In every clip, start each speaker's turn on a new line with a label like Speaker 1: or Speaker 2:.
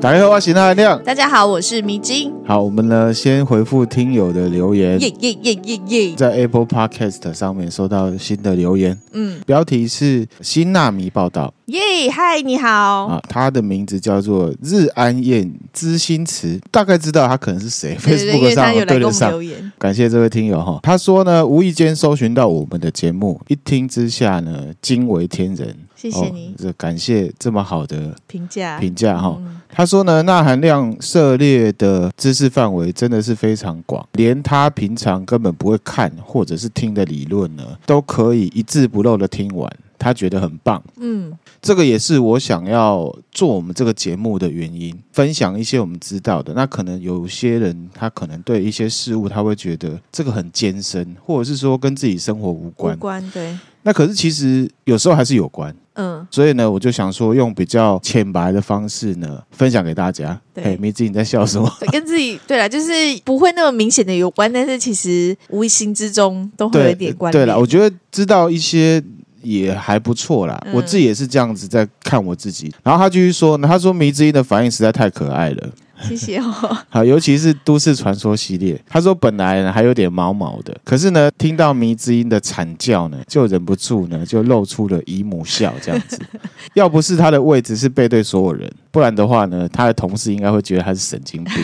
Speaker 1: 打开花行的含量。
Speaker 2: 大家好，我是迷津，
Speaker 1: 好，我们呢先回复听友的留言。
Speaker 2: 耶耶耶耶耶，
Speaker 1: 在 Apple Podcast 上面收到新的留言，
Speaker 2: 嗯，
Speaker 1: 标题是辛纳米报道
Speaker 2: 耶，嗨，你好，
Speaker 1: 啊，他的名字叫做日安燕资新池，大概知道他可能是谁
Speaker 2: 对对对因
Speaker 1: ，Facebook
Speaker 2: 为他
Speaker 1: 上
Speaker 2: 有来
Speaker 1: 对
Speaker 2: 给
Speaker 1: 得
Speaker 2: 我们
Speaker 1: 上
Speaker 2: 留。言，
Speaker 1: 感谢这位听友哈，他说呢，无意间搜寻到我们的节目，一听之下呢，惊为天人。
Speaker 2: 谢谢你
Speaker 1: 哦这感谢这么好的
Speaker 2: 评价，
Speaker 1: 评哦价哈。
Speaker 2: 嗯
Speaker 1: 他说呢，钠含量涉猎的知识范围真的是非常广，连他平常根本不会看或者是听的理论呢，都可以一字不漏的听完。他觉得很棒，
Speaker 2: 嗯，
Speaker 1: 这个也是我想要做我们这个节目的原因，分享一些我们知道的。那可能有些人他可能对一些事物他会觉得这个很艰深，或者是说跟自己生活无
Speaker 2: 无
Speaker 1: 关。
Speaker 2: 关对，
Speaker 1: 那可是其实有时候还是有关。
Speaker 2: 嗯，
Speaker 1: 所以呢，我就想说用比较浅白的方式呢，分享给大家。
Speaker 2: 对
Speaker 1: 嘿，米子你在笑什么？
Speaker 2: 跟自己对了，就是不会那么明显的有关，但是其实无形之中都 会有一点关
Speaker 1: 对
Speaker 2: 联。
Speaker 1: 了，我觉得知道一些。也还不错啦，
Speaker 2: 嗯
Speaker 1: 我自己也是这样子在看我自己。然后他继续说呢，他说迷之音的反应实在太可爱了，
Speaker 2: 谢谢 哦，
Speaker 1: 好，尤其是都市传说系列。他说本来呢还有点毛毛的，可是呢听到迷之音的惨叫呢，就忍不住呢就露出了姨母笑这样子。要不是他的位置是背对所有人，不然的话呢，他的同事应该会觉得他是神经病。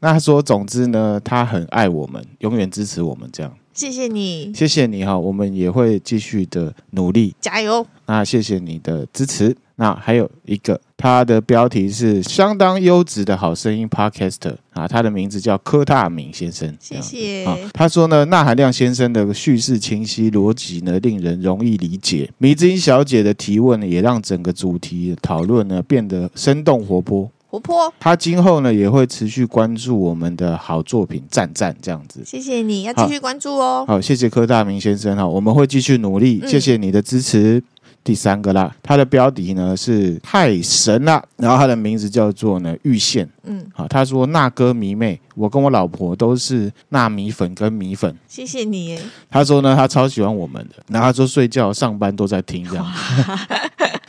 Speaker 1: 那他说，总之呢，他很爱我们，永远支持我们，这样
Speaker 2: 谢谢你，
Speaker 1: 谢谢你哈，我们也会继续的努力。
Speaker 2: 加油，
Speaker 1: 那谢谢你的支持。那还有一个，他的标题是相当优质的好声音 Podcaster 啊，他的名字叫柯大明先生。这
Speaker 2: 谢
Speaker 1: 样
Speaker 2: 谢，
Speaker 1: 啊，他说呢，钠含量先生的叙事清晰，逻辑呢令人容易理解。迷之音小姐的提问呢，也让整个主题的讨论呢变得生动活泼。
Speaker 2: 活泼，
Speaker 1: 他今后呢也会持续关注我们的好作品，赞赞这样子。
Speaker 2: 谢谢你要继续关注哦，
Speaker 1: 好，谢谢柯大明先生哈，我们会继续努力，
Speaker 2: 嗯
Speaker 1: 谢谢你的支持。第三个啦，它的标题呢是太神啦，然后它的名字叫做呢玉线。
Speaker 2: 嗯，
Speaker 1: 好，他说那哥迷妹，我跟我老婆都是纳米粉跟米粉。
Speaker 2: 谢谢你耶，
Speaker 1: 他说呢，他超喜欢我们的，然后他说睡觉、上班都在听这样。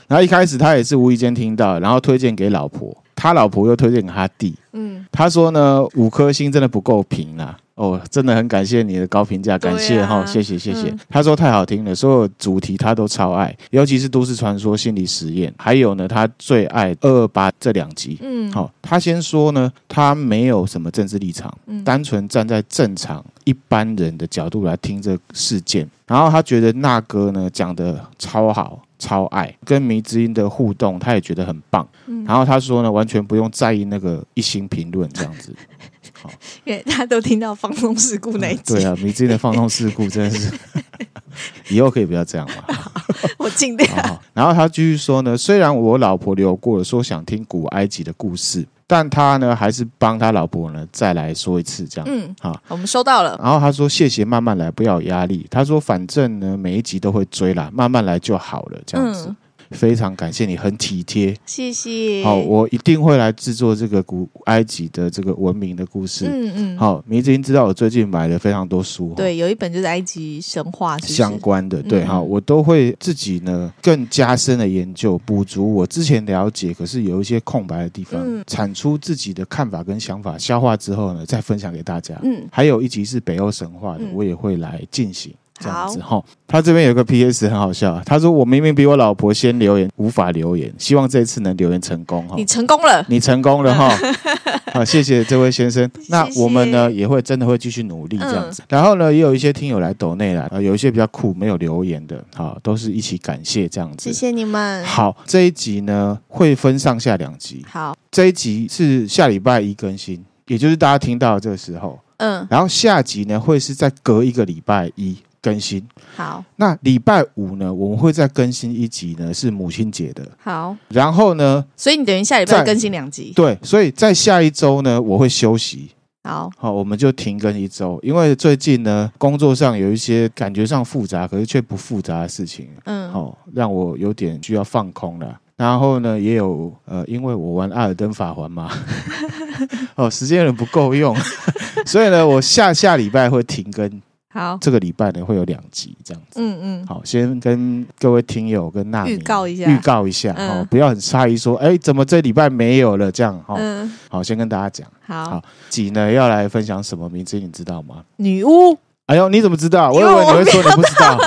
Speaker 1: 然后一开始他也是无意间听到，然后推荐给老婆，他老婆又推荐给他弟。
Speaker 2: 嗯，
Speaker 1: 他说呢，五颗星真的不够评啦。哦，真的很感谢你的高评价，
Speaker 2: 对啊
Speaker 1: 感谢哈、谢谢谢谢。
Speaker 2: 嗯
Speaker 1: 他说太好听了，所有主题他都超爱，尤其是都市传说、心理实验，还有呢，他最爱二二八这两集。
Speaker 2: 嗯
Speaker 1: 好、他先说呢，他没有什么政治立场，
Speaker 2: 嗯
Speaker 1: 单纯站在正常一般人的角度来听这事件。然后他觉得那哥呢讲的超好，超爱，跟迷之音的互动，他也觉得很棒。
Speaker 2: 嗯
Speaker 1: 然后他说呢，完全不用在意那个一星评论这样子。
Speaker 2: 因为大家都听到放松事故 那一集，
Speaker 1: 对啊，迷之音的放纵事故真的 是，以后可以不要这样嘛。
Speaker 2: 我尽量，
Speaker 1: 好好啊然后他继续说呢，虽然我老婆留过了，说想听古埃及的故事，但他呢还是帮他老婆呢再来说一次这样。
Speaker 2: 嗯，
Speaker 1: 好，
Speaker 2: 我们收到了，
Speaker 1: 然后他说谢谢，慢慢来，不要有压力。他说反正呢每一集都会追啦，慢慢来就好了，这样子。
Speaker 2: 嗯
Speaker 1: 非常感谢你，很体贴。
Speaker 2: 谢谢，
Speaker 1: 好，我一定会来制作这个古埃及的这个文明的故事。
Speaker 2: 嗯嗯，
Speaker 1: 好，迷之音知道我最近买了非常多书，哈
Speaker 2: 对，有一本就是埃及神话，是不是
Speaker 1: 相关的，对
Speaker 2: 嗯
Speaker 1: 哈、我都会自己呢更加深的研究，补足我之前了解，可是有一些空白的地方，
Speaker 2: 嗯
Speaker 1: 产出自己的看法跟想法，消化之后呢，再分享给大家。
Speaker 2: 嗯
Speaker 1: 还有一集是北欧神话的，
Speaker 2: 嗯
Speaker 1: 我也会来进行。这样子哈。他这边有个 P.S. 很好笑，他说我明明比我老婆先留言，无法留言，希望这一次能留言成功哈
Speaker 2: 你。成功了，
Speaker 1: 你成功了哈， 好，谢谢这位先生。那
Speaker 2: 嗯谢谢嗯
Speaker 1: 我们呢也会真的会继续努力这样子。然后呢，也有一些听友来抖内啦，呃，有一些比较酷没有留言的，好，都是一起感谢这样子。
Speaker 2: 谢谢你们。
Speaker 1: 好，这一集呢会分上下两集，
Speaker 2: 好，
Speaker 1: 这一集是下礼拜一更新，也就是大家听到的这个时候，
Speaker 2: 嗯，
Speaker 1: 然后下集呢会是在隔一个礼拜一更新。
Speaker 2: 好，
Speaker 1: 那礼拜五呢，我们会再更新一集呢，是母亲节的。
Speaker 2: 好，
Speaker 1: 然后呢，
Speaker 2: 所以你等于下礼拜
Speaker 1: 在
Speaker 2: 更新两集。
Speaker 1: 对，所以在下一周呢，我会休息，
Speaker 2: 好，
Speaker 1: 好，我们就停更一周，因为最近呢，工作上有一些感觉上复杂，可是却不复杂的事情，
Speaker 2: 嗯，
Speaker 1: 哦，让我有点需要放空了。然后呢，也有呃，因为我玩《艾尔登法环》嘛， 哦，时间有点不够用， 所以呢，我下下礼拜会停更，
Speaker 2: 好，
Speaker 1: 这个礼拜呢会有两集这样子。
Speaker 2: 嗯嗯，
Speaker 1: 好，先跟各位听友跟纳米
Speaker 2: 预告一下
Speaker 1: 预告一下
Speaker 2: 嗯
Speaker 1: 哦，不要很诧异说，哎，怎么这礼拜没有了？这样哈，哦
Speaker 2: 嗯，
Speaker 1: 好，先跟大家讲，
Speaker 2: 好
Speaker 1: 好，几呢要来分享什么名字，你知道吗？
Speaker 2: 女巫，
Speaker 1: 哎呦，你怎么知道？我以
Speaker 2: 因为
Speaker 1: 为
Speaker 2: 我
Speaker 1: 你会说你不知道。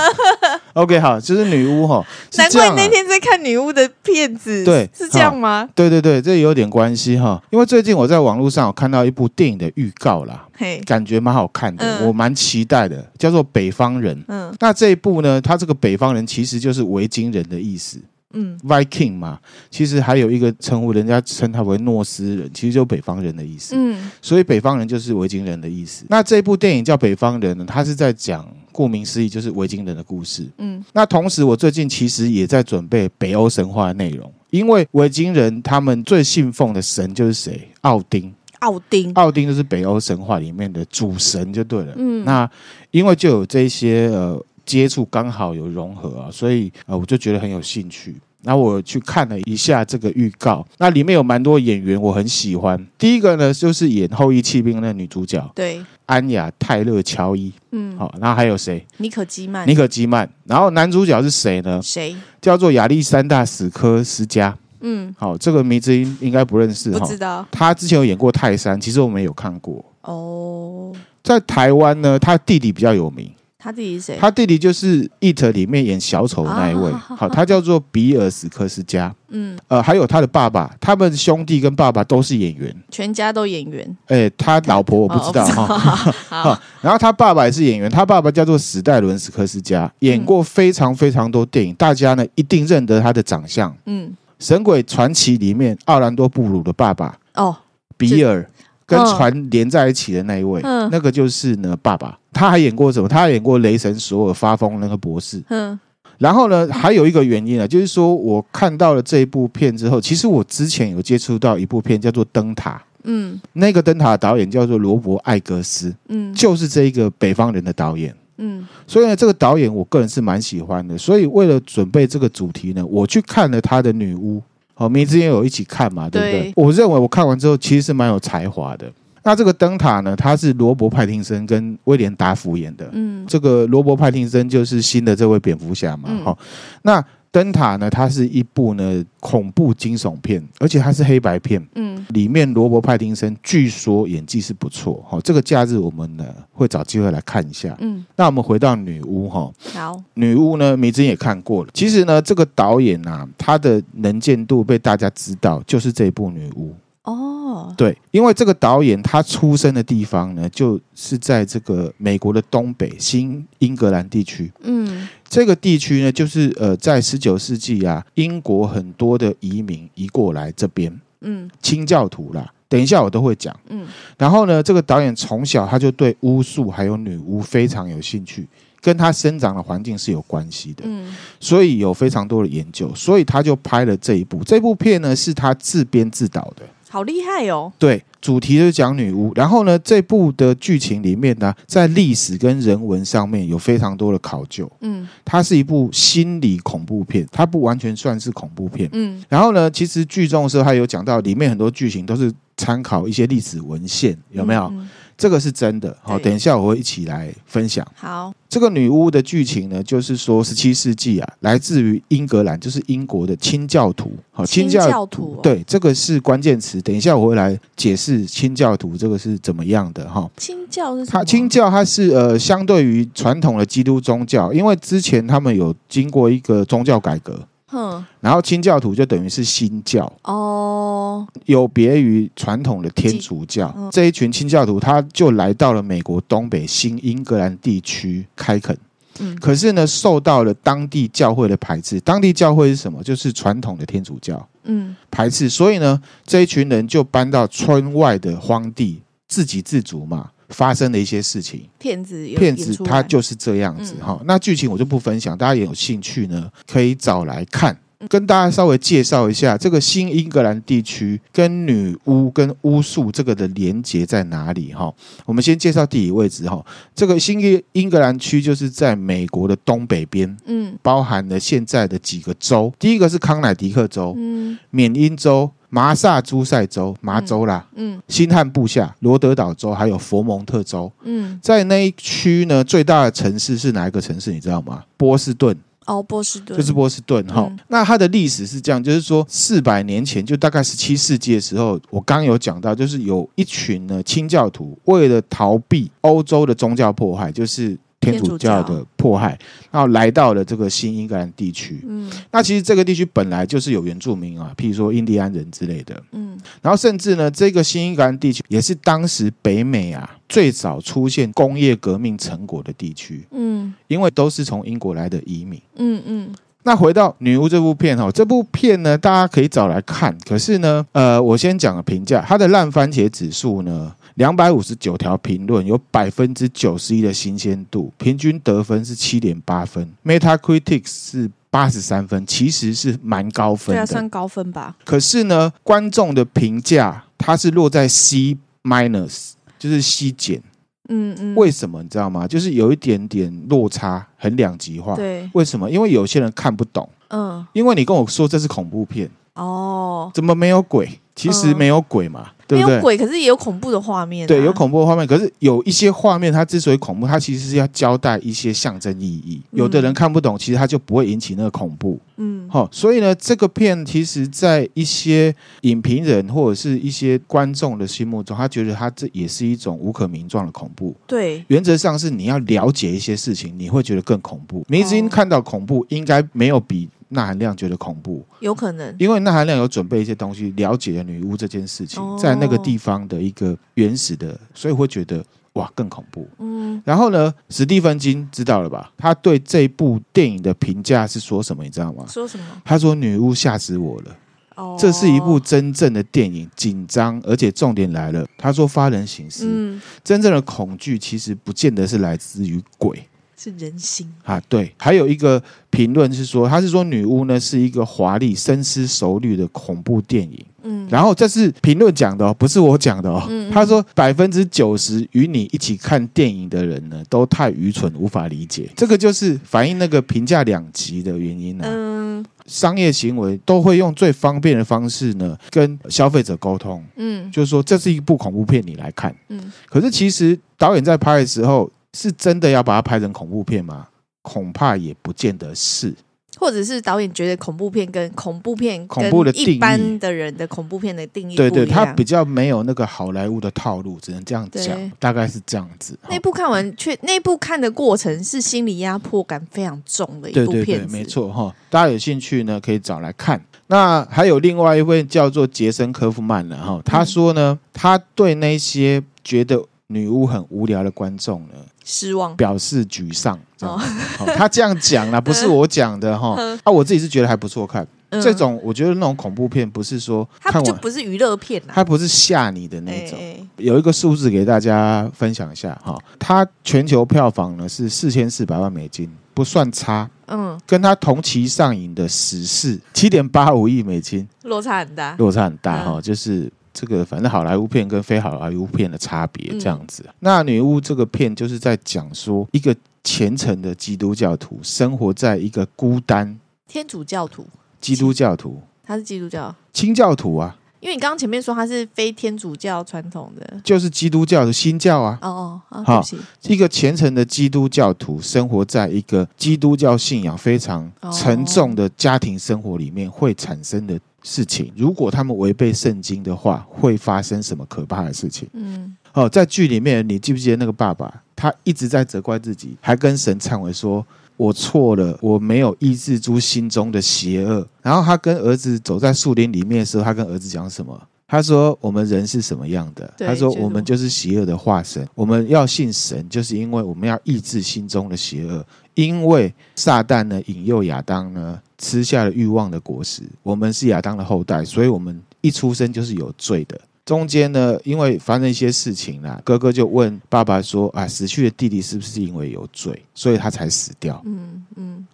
Speaker 1: OK，好， 就是女巫哈，是
Speaker 2: 难
Speaker 1: 这
Speaker 2: 怪
Speaker 1: 样啊
Speaker 2: 那天在看女巫的片子，
Speaker 1: 对
Speaker 2: 是这样吗？
Speaker 1: 对对对，这有点关系哈，因为最近我在网络上有看到一部电影的预告啦，
Speaker 2: 嘿，
Speaker 1: 感觉蛮好看的，
Speaker 2: 嗯
Speaker 1: 我蛮期待的，叫做《北方人》。
Speaker 2: 嗯
Speaker 1: 那这一部呢，它这个北方人其实就是维京人的意思
Speaker 2: 嗯，
Speaker 1: ，Viking 嘛。其实还有一个称呼，人家称他为诺斯人，其实就北方人的意思。
Speaker 2: 嗯，
Speaker 1: 所以北方人就是维京人的意思。那这部电影叫《北方人》呢，它是在讲，顾名思义就是维京人的故事。
Speaker 2: 嗯，
Speaker 1: 那同时我最近其实也在准备北欧神话的内容，因为维京人他们最信奉的神就是谁？奥丁。
Speaker 2: 奥丁，
Speaker 1: 奥丁就是北欧神话里面的主神就对了。
Speaker 2: 嗯
Speaker 1: 那因为就有这一些呃接触，刚好有融合啊，所以呃我就觉得很有兴趣。然后我去看了一下这个预告，那里面有蛮多演员我很喜欢。第一个呢，就是演《后羿弃兵》的女主角
Speaker 2: 对，
Speaker 1: 安雅泰勒乔伊，
Speaker 2: 嗯，
Speaker 1: 好、然后还有谁？
Speaker 2: 妮可基曼
Speaker 1: 尼，可基曼。然后男主角是谁呢？
Speaker 2: 谁？
Speaker 1: 叫做亚历山大史科斯加。
Speaker 2: 嗯，
Speaker 1: 好、这个迷之音应该不认识
Speaker 2: 不
Speaker 1: 哈
Speaker 2: 知。道
Speaker 1: 他之前有演过泰山，其实我们有看过。
Speaker 2: 哦，
Speaker 1: 在台湾呢，他弟弟比较有名，
Speaker 2: 他弟弟是谁？
Speaker 1: 他弟弟就是《IT》里面演小丑的那一位，啊好，他叫做比尔·史克斯加，
Speaker 2: 嗯，
Speaker 1: 呃，还有他的爸爸，他们兄弟跟爸爸都是演员，
Speaker 2: 全家都演员，
Speaker 1: 哎，他老婆我不知道
Speaker 2: 哦
Speaker 1: 哈。
Speaker 2: 好，
Speaker 1: 然后他爸爸也是演员，他爸爸叫做史黛伦·史克斯加，演过非常非常多电影，大家呢一定认得他的长相，《
Speaker 2: 嗯，
Speaker 1: 神鬼传奇》里面奥兰多·布鲁的爸爸
Speaker 2: 哦，
Speaker 1: 比尔跟
Speaker 2: 嗯
Speaker 1: 船连在一起的那一位，
Speaker 2: 嗯
Speaker 1: 那个就是呢爸爸。他还演过什么？他还演过《雷神索尔发疯》那个博士。
Speaker 2: 嗯
Speaker 1: 然后呢，还有一个原因啊，就是说我看到了这一部片之后，其实我之前有接触到一部片叫做《灯塔》，
Speaker 2: 嗯
Speaker 1: 那个《灯塔》的导演叫做罗伯·艾格斯，
Speaker 2: 嗯
Speaker 1: 就是这一个北方人的导演。
Speaker 2: 嗯，
Speaker 1: 所以呢，这个导演我个人是蛮喜欢的。所以为了准备这个主题呢，我去看了他的《女巫》。好，明之前有一起看嘛，对不对？
Speaker 2: 对
Speaker 1: 我认为我看完之后其实是蛮有才华的。那这个灯塔呢，它是罗伯·派汀森跟威廉·达福演的。
Speaker 2: 嗯
Speaker 1: 这个罗伯·派汀森就是新的这位蝙蝠侠嘛。
Speaker 2: 嗯
Speaker 1: 好、那灯塔呢，它是一部呢恐怖惊悚片，而且它是黑白片。
Speaker 2: 嗯，
Speaker 1: 里面罗伯·派汀森据说演技是不错，好、这个假日我们呢会找机会来看一下。
Speaker 2: 嗯，
Speaker 1: 那我们回到女巫哈，
Speaker 2: 好，
Speaker 1: 女巫呢，迷之音也看过了。其实呢，这个导演啊，他的能见度被大家知道，就是这部女巫。
Speaker 2: 哦，
Speaker 1: 对，因为这个导演他出生的地方呢，就是在这个美国的东北新英格兰地区。
Speaker 2: 嗯
Speaker 1: 这个地区呢，就是呃，在十九世纪啊，英国很多的移民移过来这边，
Speaker 2: 嗯
Speaker 1: 清教徒啦。等一下我都会讲。
Speaker 2: 嗯
Speaker 1: 然后呢，这个导演从小他就对巫术还有女巫非常有兴趣，跟他生长的环境是有关系的。
Speaker 2: 嗯
Speaker 1: 所以有非常多的研究，所以他就拍了这一部。这部片呢是他自编自导的，
Speaker 2: 好厉害哦，
Speaker 1: 对，主题就是讲女巫。然后呢，这部的剧情里面呢，在历史跟人文上面有非常多的考究。
Speaker 2: 嗯
Speaker 1: 它是一部心理恐怖片，它不完全算是恐怖片。
Speaker 2: 嗯
Speaker 1: 然后呢，其实剧中的时候，他有讲到里面很多剧情都是参考一些历史文献，有没有？
Speaker 2: 嗯嗯
Speaker 1: 这个是真的。好，
Speaker 2: 对
Speaker 1: 等一下我会一起来分享。
Speaker 2: 好，
Speaker 1: 这个女巫的剧情呢，就是说十七世纪啊，来自于英格兰，就是英国的清教徒。好，
Speaker 2: 清
Speaker 1: 教
Speaker 2: 教徒哦
Speaker 1: 对这个是关键词。等一下我会来解释清教徒这个是怎么样的哈。
Speaker 2: 清教是什
Speaker 1: 它
Speaker 2: 么？
Speaker 1: 清教它是呃，相对于传统的基督宗教，因为之前他们有经过一个宗教改革，
Speaker 2: 哼
Speaker 1: 然后清教徒就等于是新教，
Speaker 2: 哦，
Speaker 1: 有别于传统的天主教，
Speaker 2: 嗯
Speaker 1: 这一群清教徒他就来到了美国东北新英格兰地区开垦。
Speaker 2: 嗯
Speaker 1: 可是呢，受到了当地教会的排斥。当地教会是什么？就是传统的天主教
Speaker 2: 嗯
Speaker 1: 排斥。所以呢，这一群人就搬到村外的荒地，自给自足嘛。发生了一些事情，
Speaker 2: 骗子有
Speaker 1: 骗
Speaker 2: 演
Speaker 1: 子
Speaker 2: 出
Speaker 1: 他
Speaker 2: 来
Speaker 1: 就是这样子
Speaker 2: 嗯
Speaker 1: 哈、那剧情我就不分享，大家也有兴趣呢，可以找来看。跟大家稍微介绍一下这个新英格兰地区跟女巫跟巫术这个的连结在哪里哈。我们先介绍地理位置哈，这个新英英格兰区就是在美国的东北边，
Speaker 2: 嗯
Speaker 1: 包含了现在的几个州，第一个是康乃狄克州、
Speaker 2: 嗯
Speaker 1: 缅因州、麻萨诸塞州、麻州啦、
Speaker 2: 嗯
Speaker 1: 新罕布夏、罗德岛州，还有佛蒙特州。
Speaker 2: 嗯，
Speaker 1: 在那一区呢，最大的城市是哪一个城市？你知道吗？波士顿，
Speaker 2: 哦，波士顿
Speaker 1: 就是波士顿哈、
Speaker 2: 嗯
Speaker 1: 那它的历史是这样，就是说四百年前，就大概十七世纪的时候，我刚有讲到，就是有一群呢清教徒为了逃避欧洲的宗教迫害，就是天主教
Speaker 2: 天主
Speaker 1: 的迫害，然后来到了这个新英格兰地区。
Speaker 2: 嗯
Speaker 1: 那其实这个地区本来就是有原住民啊，譬如说印第安人之类的，
Speaker 2: 嗯
Speaker 1: 然后甚至呢，这个新英格兰地区也是当时北美啊最早出现工业革命成果的地区，
Speaker 2: 嗯
Speaker 1: 因为都是从英国来的移民。
Speaker 2: 嗯嗯
Speaker 1: 那回到《女巫》这部片哦，这部片呢，大家可以找来看。可是呢，呃，我先讲个评价，它的烂番茄指数呢，两百五十九条评论，有百分之九十一的新鲜度，平均得分是七点八分，Metacritic 是八十三分，其实是蛮高分
Speaker 2: 对
Speaker 1: 的。
Speaker 2: 啊，算高分吧。
Speaker 1: 可是呢，观众的评价它是落在 C minus，就是 C 减。
Speaker 2: 嗯嗯，
Speaker 1: 为什么你知道吗？就是有一点点落差，很两极化。
Speaker 2: 对，
Speaker 1: 为什么？因为有些人看不懂，
Speaker 2: 嗯
Speaker 1: 因为你跟我说这是恐怖片，
Speaker 2: 哦，
Speaker 1: 怎么没有鬼？其实
Speaker 2: 嗯
Speaker 1: 没有鬼嘛，对
Speaker 2: 没
Speaker 1: 不
Speaker 2: 有
Speaker 1: 对？
Speaker 2: 鬼，可是也有恐怖的画面啊。
Speaker 1: 对，有恐怖的画面，可是有一些画面，它之所以恐怖，它其实是要交代一些象征意义。
Speaker 2: 嗯
Speaker 1: 有的人看不懂，其实它就不会引起那个恐怖。
Speaker 2: 嗯
Speaker 1: 好、所以呢，这个片其实，在一些影评人或者是一些观众的心目中，他觉得它这也是一种无可名状的恐怖。
Speaker 2: 对，
Speaker 1: 原则上是你要了解一些事情，你会觉得更恐怖。你已经
Speaker 2: 哦
Speaker 1: 看到恐怖，应该没有比纳含量觉得恐怖，
Speaker 2: 有可能。
Speaker 1: 因为纳含量有准备一些东西，了解了女巫这件事情，
Speaker 2: 哦
Speaker 1: 在那个地方的一个原始的，所以会觉得哇更恐怖。
Speaker 2: 嗯
Speaker 1: 然后呢，史蒂芬金知道了吧？他对这部电影的评价是说什么？你知道吗？
Speaker 2: 说什么？
Speaker 1: 他说：“女巫吓死我了，
Speaker 2: 哦，
Speaker 1: 这是一部真正的电影，紧张，而且重点来了。”他说：“发人省思，
Speaker 2: 嗯
Speaker 1: 真正的恐惧其实不见得是来自于鬼
Speaker 2: 是人心。
Speaker 1: 啊。”对，还有一个评论是说，他是说女巫呢是一个华丽、深思熟虑的恐怖电影。
Speaker 2: 嗯
Speaker 1: 然后这是评论讲的哦，不是我讲的哦。
Speaker 2: 嗯嗯
Speaker 1: 他说百分之九十与你一起看电影的人呢，都太愚蠢，无法理解。这个就是反映那个评价两极的原因啊。
Speaker 2: 嗯
Speaker 1: 商业行为都会用最方便的方式呢，跟消费者沟通，
Speaker 2: 嗯
Speaker 1: 就是说这是一部恐怖片，你来看。
Speaker 2: 嗯，
Speaker 1: 可是其实导演在拍的时候，是真的要把它拍成恐怖片吗？恐怕也不见得是。
Speaker 2: 或者是导演觉得恐怖片跟恐怖片
Speaker 1: 恐怖的
Speaker 2: 跟
Speaker 1: 定义
Speaker 2: 一般的人的恐怖片的定义
Speaker 1: 对
Speaker 2: 不
Speaker 1: 对，
Speaker 2: 一
Speaker 1: 他
Speaker 2: 样
Speaker 1: 比。较没有那个好莱坞的套路，只能这样讲
Speaker 2: 对，
Speaker 1: 大概是这样子。
Speaker 2: 那部看完却那部看的过程是心理压迫感非常重的一
Speaker 1: 对
Speaker 2: 部
Speaker 1: 对对
Speaker 2: 片，子，
Speaker 1: 没。错哈，大家有兴趣呢可以找来看。那还有另外一位叫做杰森科夫曼的哈，
Speaker 2: 嗯
Speaker 1: 他说呢，他对那些觉得女巫很无聊的观众呢，
Speaker 2: 失望。
Speaker 1: 表示沮丧。这
Speaker 2: 哦
Speaker 1: 样好他这样讲 啦，不是我讲的哈。啊，我自己是觉得还不错看。
Speaker 2: 嗯
Speaker 1: 这种我觉得那种恐怖片不是说
Speaker 2: 它
Speaker 1: 看
Speaker 2: 就
Speaker 1: 完
Speaker 2: 不是娱乐片啦，
Speaker 1: 它不是吓你的那种。
Speaker 2: 哎
Speaker 1: 有一个数字给大家分享一下哈，它全球票房呢是四千四百万美金，不算差，
Speaker 2: 嗯，
Speaker 1: 跟它同期上映的《死侍》七点八五亿美金，
Speaker 2: 落差很大。
Speaker 1: 落差很大
Speaker 2: 嗯
Speaker 1: 哈、就是这个反正好莱坞片跟非好莱坞片的差别
Speaker 2: 嗯
Speaker 1: 这样子。那《女巫》这个片就是在讲说一个虔诚的基督教徒生活在一个孤单
Speaker 2: 天主教徒，
Speaker 1: 基督教徒、
Speaker 2: 他是基督教，
Speaker 1: 清教徒啊，
Speaker 2: 因因为你刚刚前面说它是非天主教传统的，
Speaker 1: 就是基督教的新教啊，
Speaker 2: 哦哦，啊，对
Speaker 1: 好
Speaker 2: 不起，
Speaker 1: 一个虔诚的基督教徒生活在一个基督教信仰非常
Speaker 2: 哦
Speaker 1: 沉重的家庭生活里面会产生的事情。如果他们违背圣经的话，会发生什么可怕的事情？
Speaker 2: 嗯，
Speaker 1: 哦，在剧里面，你记不记得那个爸爸？他一直在责怪自己，还跟神忏悔说：“我错了，我没有抑制住心中的邪恶。”然后他跟儿子走在树林里面的时候，他跟儿子讲什么？他说：“我们人是什么样的？”
Speaker 2: 对
Speaker 1: 他说：“
Speaker 2: 就是
Speaker 1: 我们就是邪恶的化身，我们要信神，就是因为我们要抑制心中的邪恶。因为撒旦呢引诱亚当呢吃下了欲望的果实，我们是亚当的后代，所以我们一出生就是有罪的。中间呢，因为发生一些事情啦，哥哥就问爸爸说：“啊，死去的弟弟是不是因为有罪，所以他才死掉？”
Speaker 2: 嗯嗯，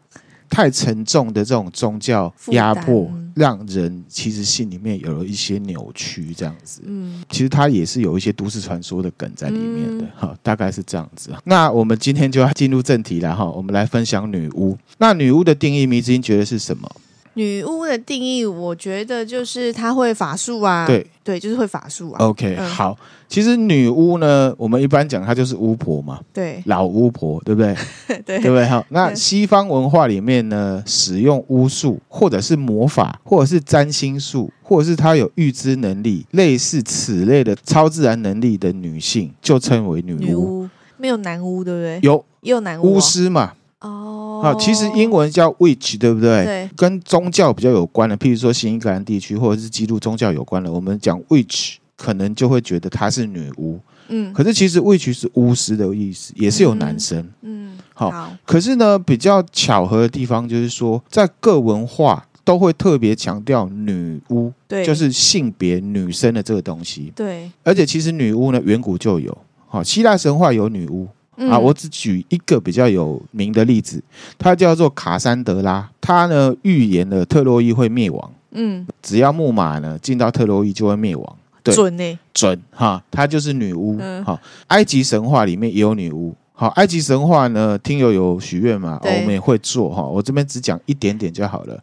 Speaker 1: 太沉重的这种宗教
Speaker 2: 负担
Speaker 1: 压迫
Speaker 2: 嗯，
Speaker 1: 让人其实心里面有了一些扭曲，这样子。
Speaker 2: 嗯，
Speaker 1: 其实它也是有一些都市传说的梗在里面的
Speaker 2: 嗯，
Speaker 1: 哈、大概是这样子。啊那我们今天就要进入正题了哈，我们来分享女巫。那女巫的定义，迷之音觉得是什么？
Speaker 2: 女巫的定义，我觉得就是她会法术啊，
Speaker 1: 对哦
Speaker 2: 对，就是会法术啊，
Speaker 1: ，OK，、
Speaker 2: 嗯
Speaker 1: 好。其实女巫呢，我们一般讲她就是巫婆嘛，
Speaker 2: 对
Speaker 1: 老巫婆，对不对？
Speaker 2: 对
Speaker 1: 对不对？好，那
Speaker 2: 对
Speaker 1: 西方文化里面呢，使用巫术或者是魔法，或者是占星术，或者是她有预知能力，类似此类的超自然能力的女性，就称为女巫。
Speaker 2: 女巫没有男巫，对不对？
Speaker 1: 有
Speaker 2: 也有男巫哦
Speaker 1: 巫师嘛？
Speaker 2: 哦，
Speaker 1: 啊，其实英文叫 witch，对不对？
Speaker 2: 对
Speaker 1: 跟宗教比较有关的，譬如说新英格兰地区或者是基督宗教有关的，我们讲 witch，可能就会觉得她是女巫。
Speaker 2: 嗯
Speaker 1: 可是其实 witch 是巫师的意思，也是有男
Speaker 2: 嗯
Speaker 1: 生。
Speaker 2: 嗯，
Speaker 1: 好，可是呢，比较巧合的地方就是说，在各文化都会特别强调女巫，
Speaker 2: 对，
Speaker 1: 就是性别女生的这个东西。
Speaker 2: 对
Speaker 1: 而且其实女巫呢，远古就有，好、希腊神话有女巫。
Speaker 2: 嗯
Speaker 1: 啊，我只举一个比较有名的例子，她叫做卡珊德拉，她呢预言了特洛伊会灭亡，
Speaker 2: 嗯
Speaker 1: 只要木马呢进到特洛伊就会灭亡，对
Speaker 2: 准呢，
Speaker 1: 准哈，她就是女巫
Speaker 2: 嗯
Speaker 1: 哈。埃及神话里面也有女巫。好，埃及神话呢，听友有许愿嘛，哦
Speaker 2: 对
Speaker 1: 我们也会做哈。我这边只讲一点点就好了。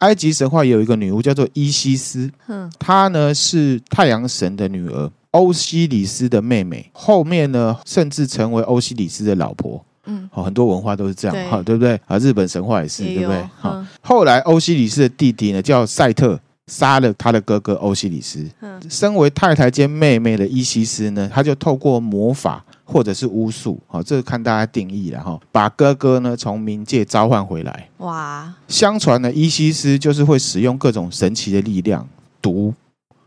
Speaker 1: 埃及神话也有一个女巫叫做伊西斯，
Speaker 2: 嗯
Speaker 1: 她呢是太阳神的女儿欧西里斯的妹妹，后面呢甚至成为欧西里斯的老婆。
Speaker 2: 嗯，
Speaker 1: 哦，很多文化都是这
Speaker 2: 对
Speaker 1: 样，哈、对不对？啊，日本神话也是，
Speaker 2: 也
Speaker 1: 对不
Speaker 2: 有
Speaker 1: 对？哈、
Speaker 2: 嗯
Speaker 1: 后来欧西里斯的弟弟呢，叫赛特，杀了他的哥哥欧西里斯。
Speaker 2: 嗯
Speaker 1: 身为太太兼妹妹的伊西斯呢，他就透过魔法或者是巫术，好、这个看大家定义了哈、把哥哥呢从冥界召唤回来。
Speaker 2: 哇，
Speaker 1: 相传呢，伊西斯就是会使用各种神奇的力量，毒、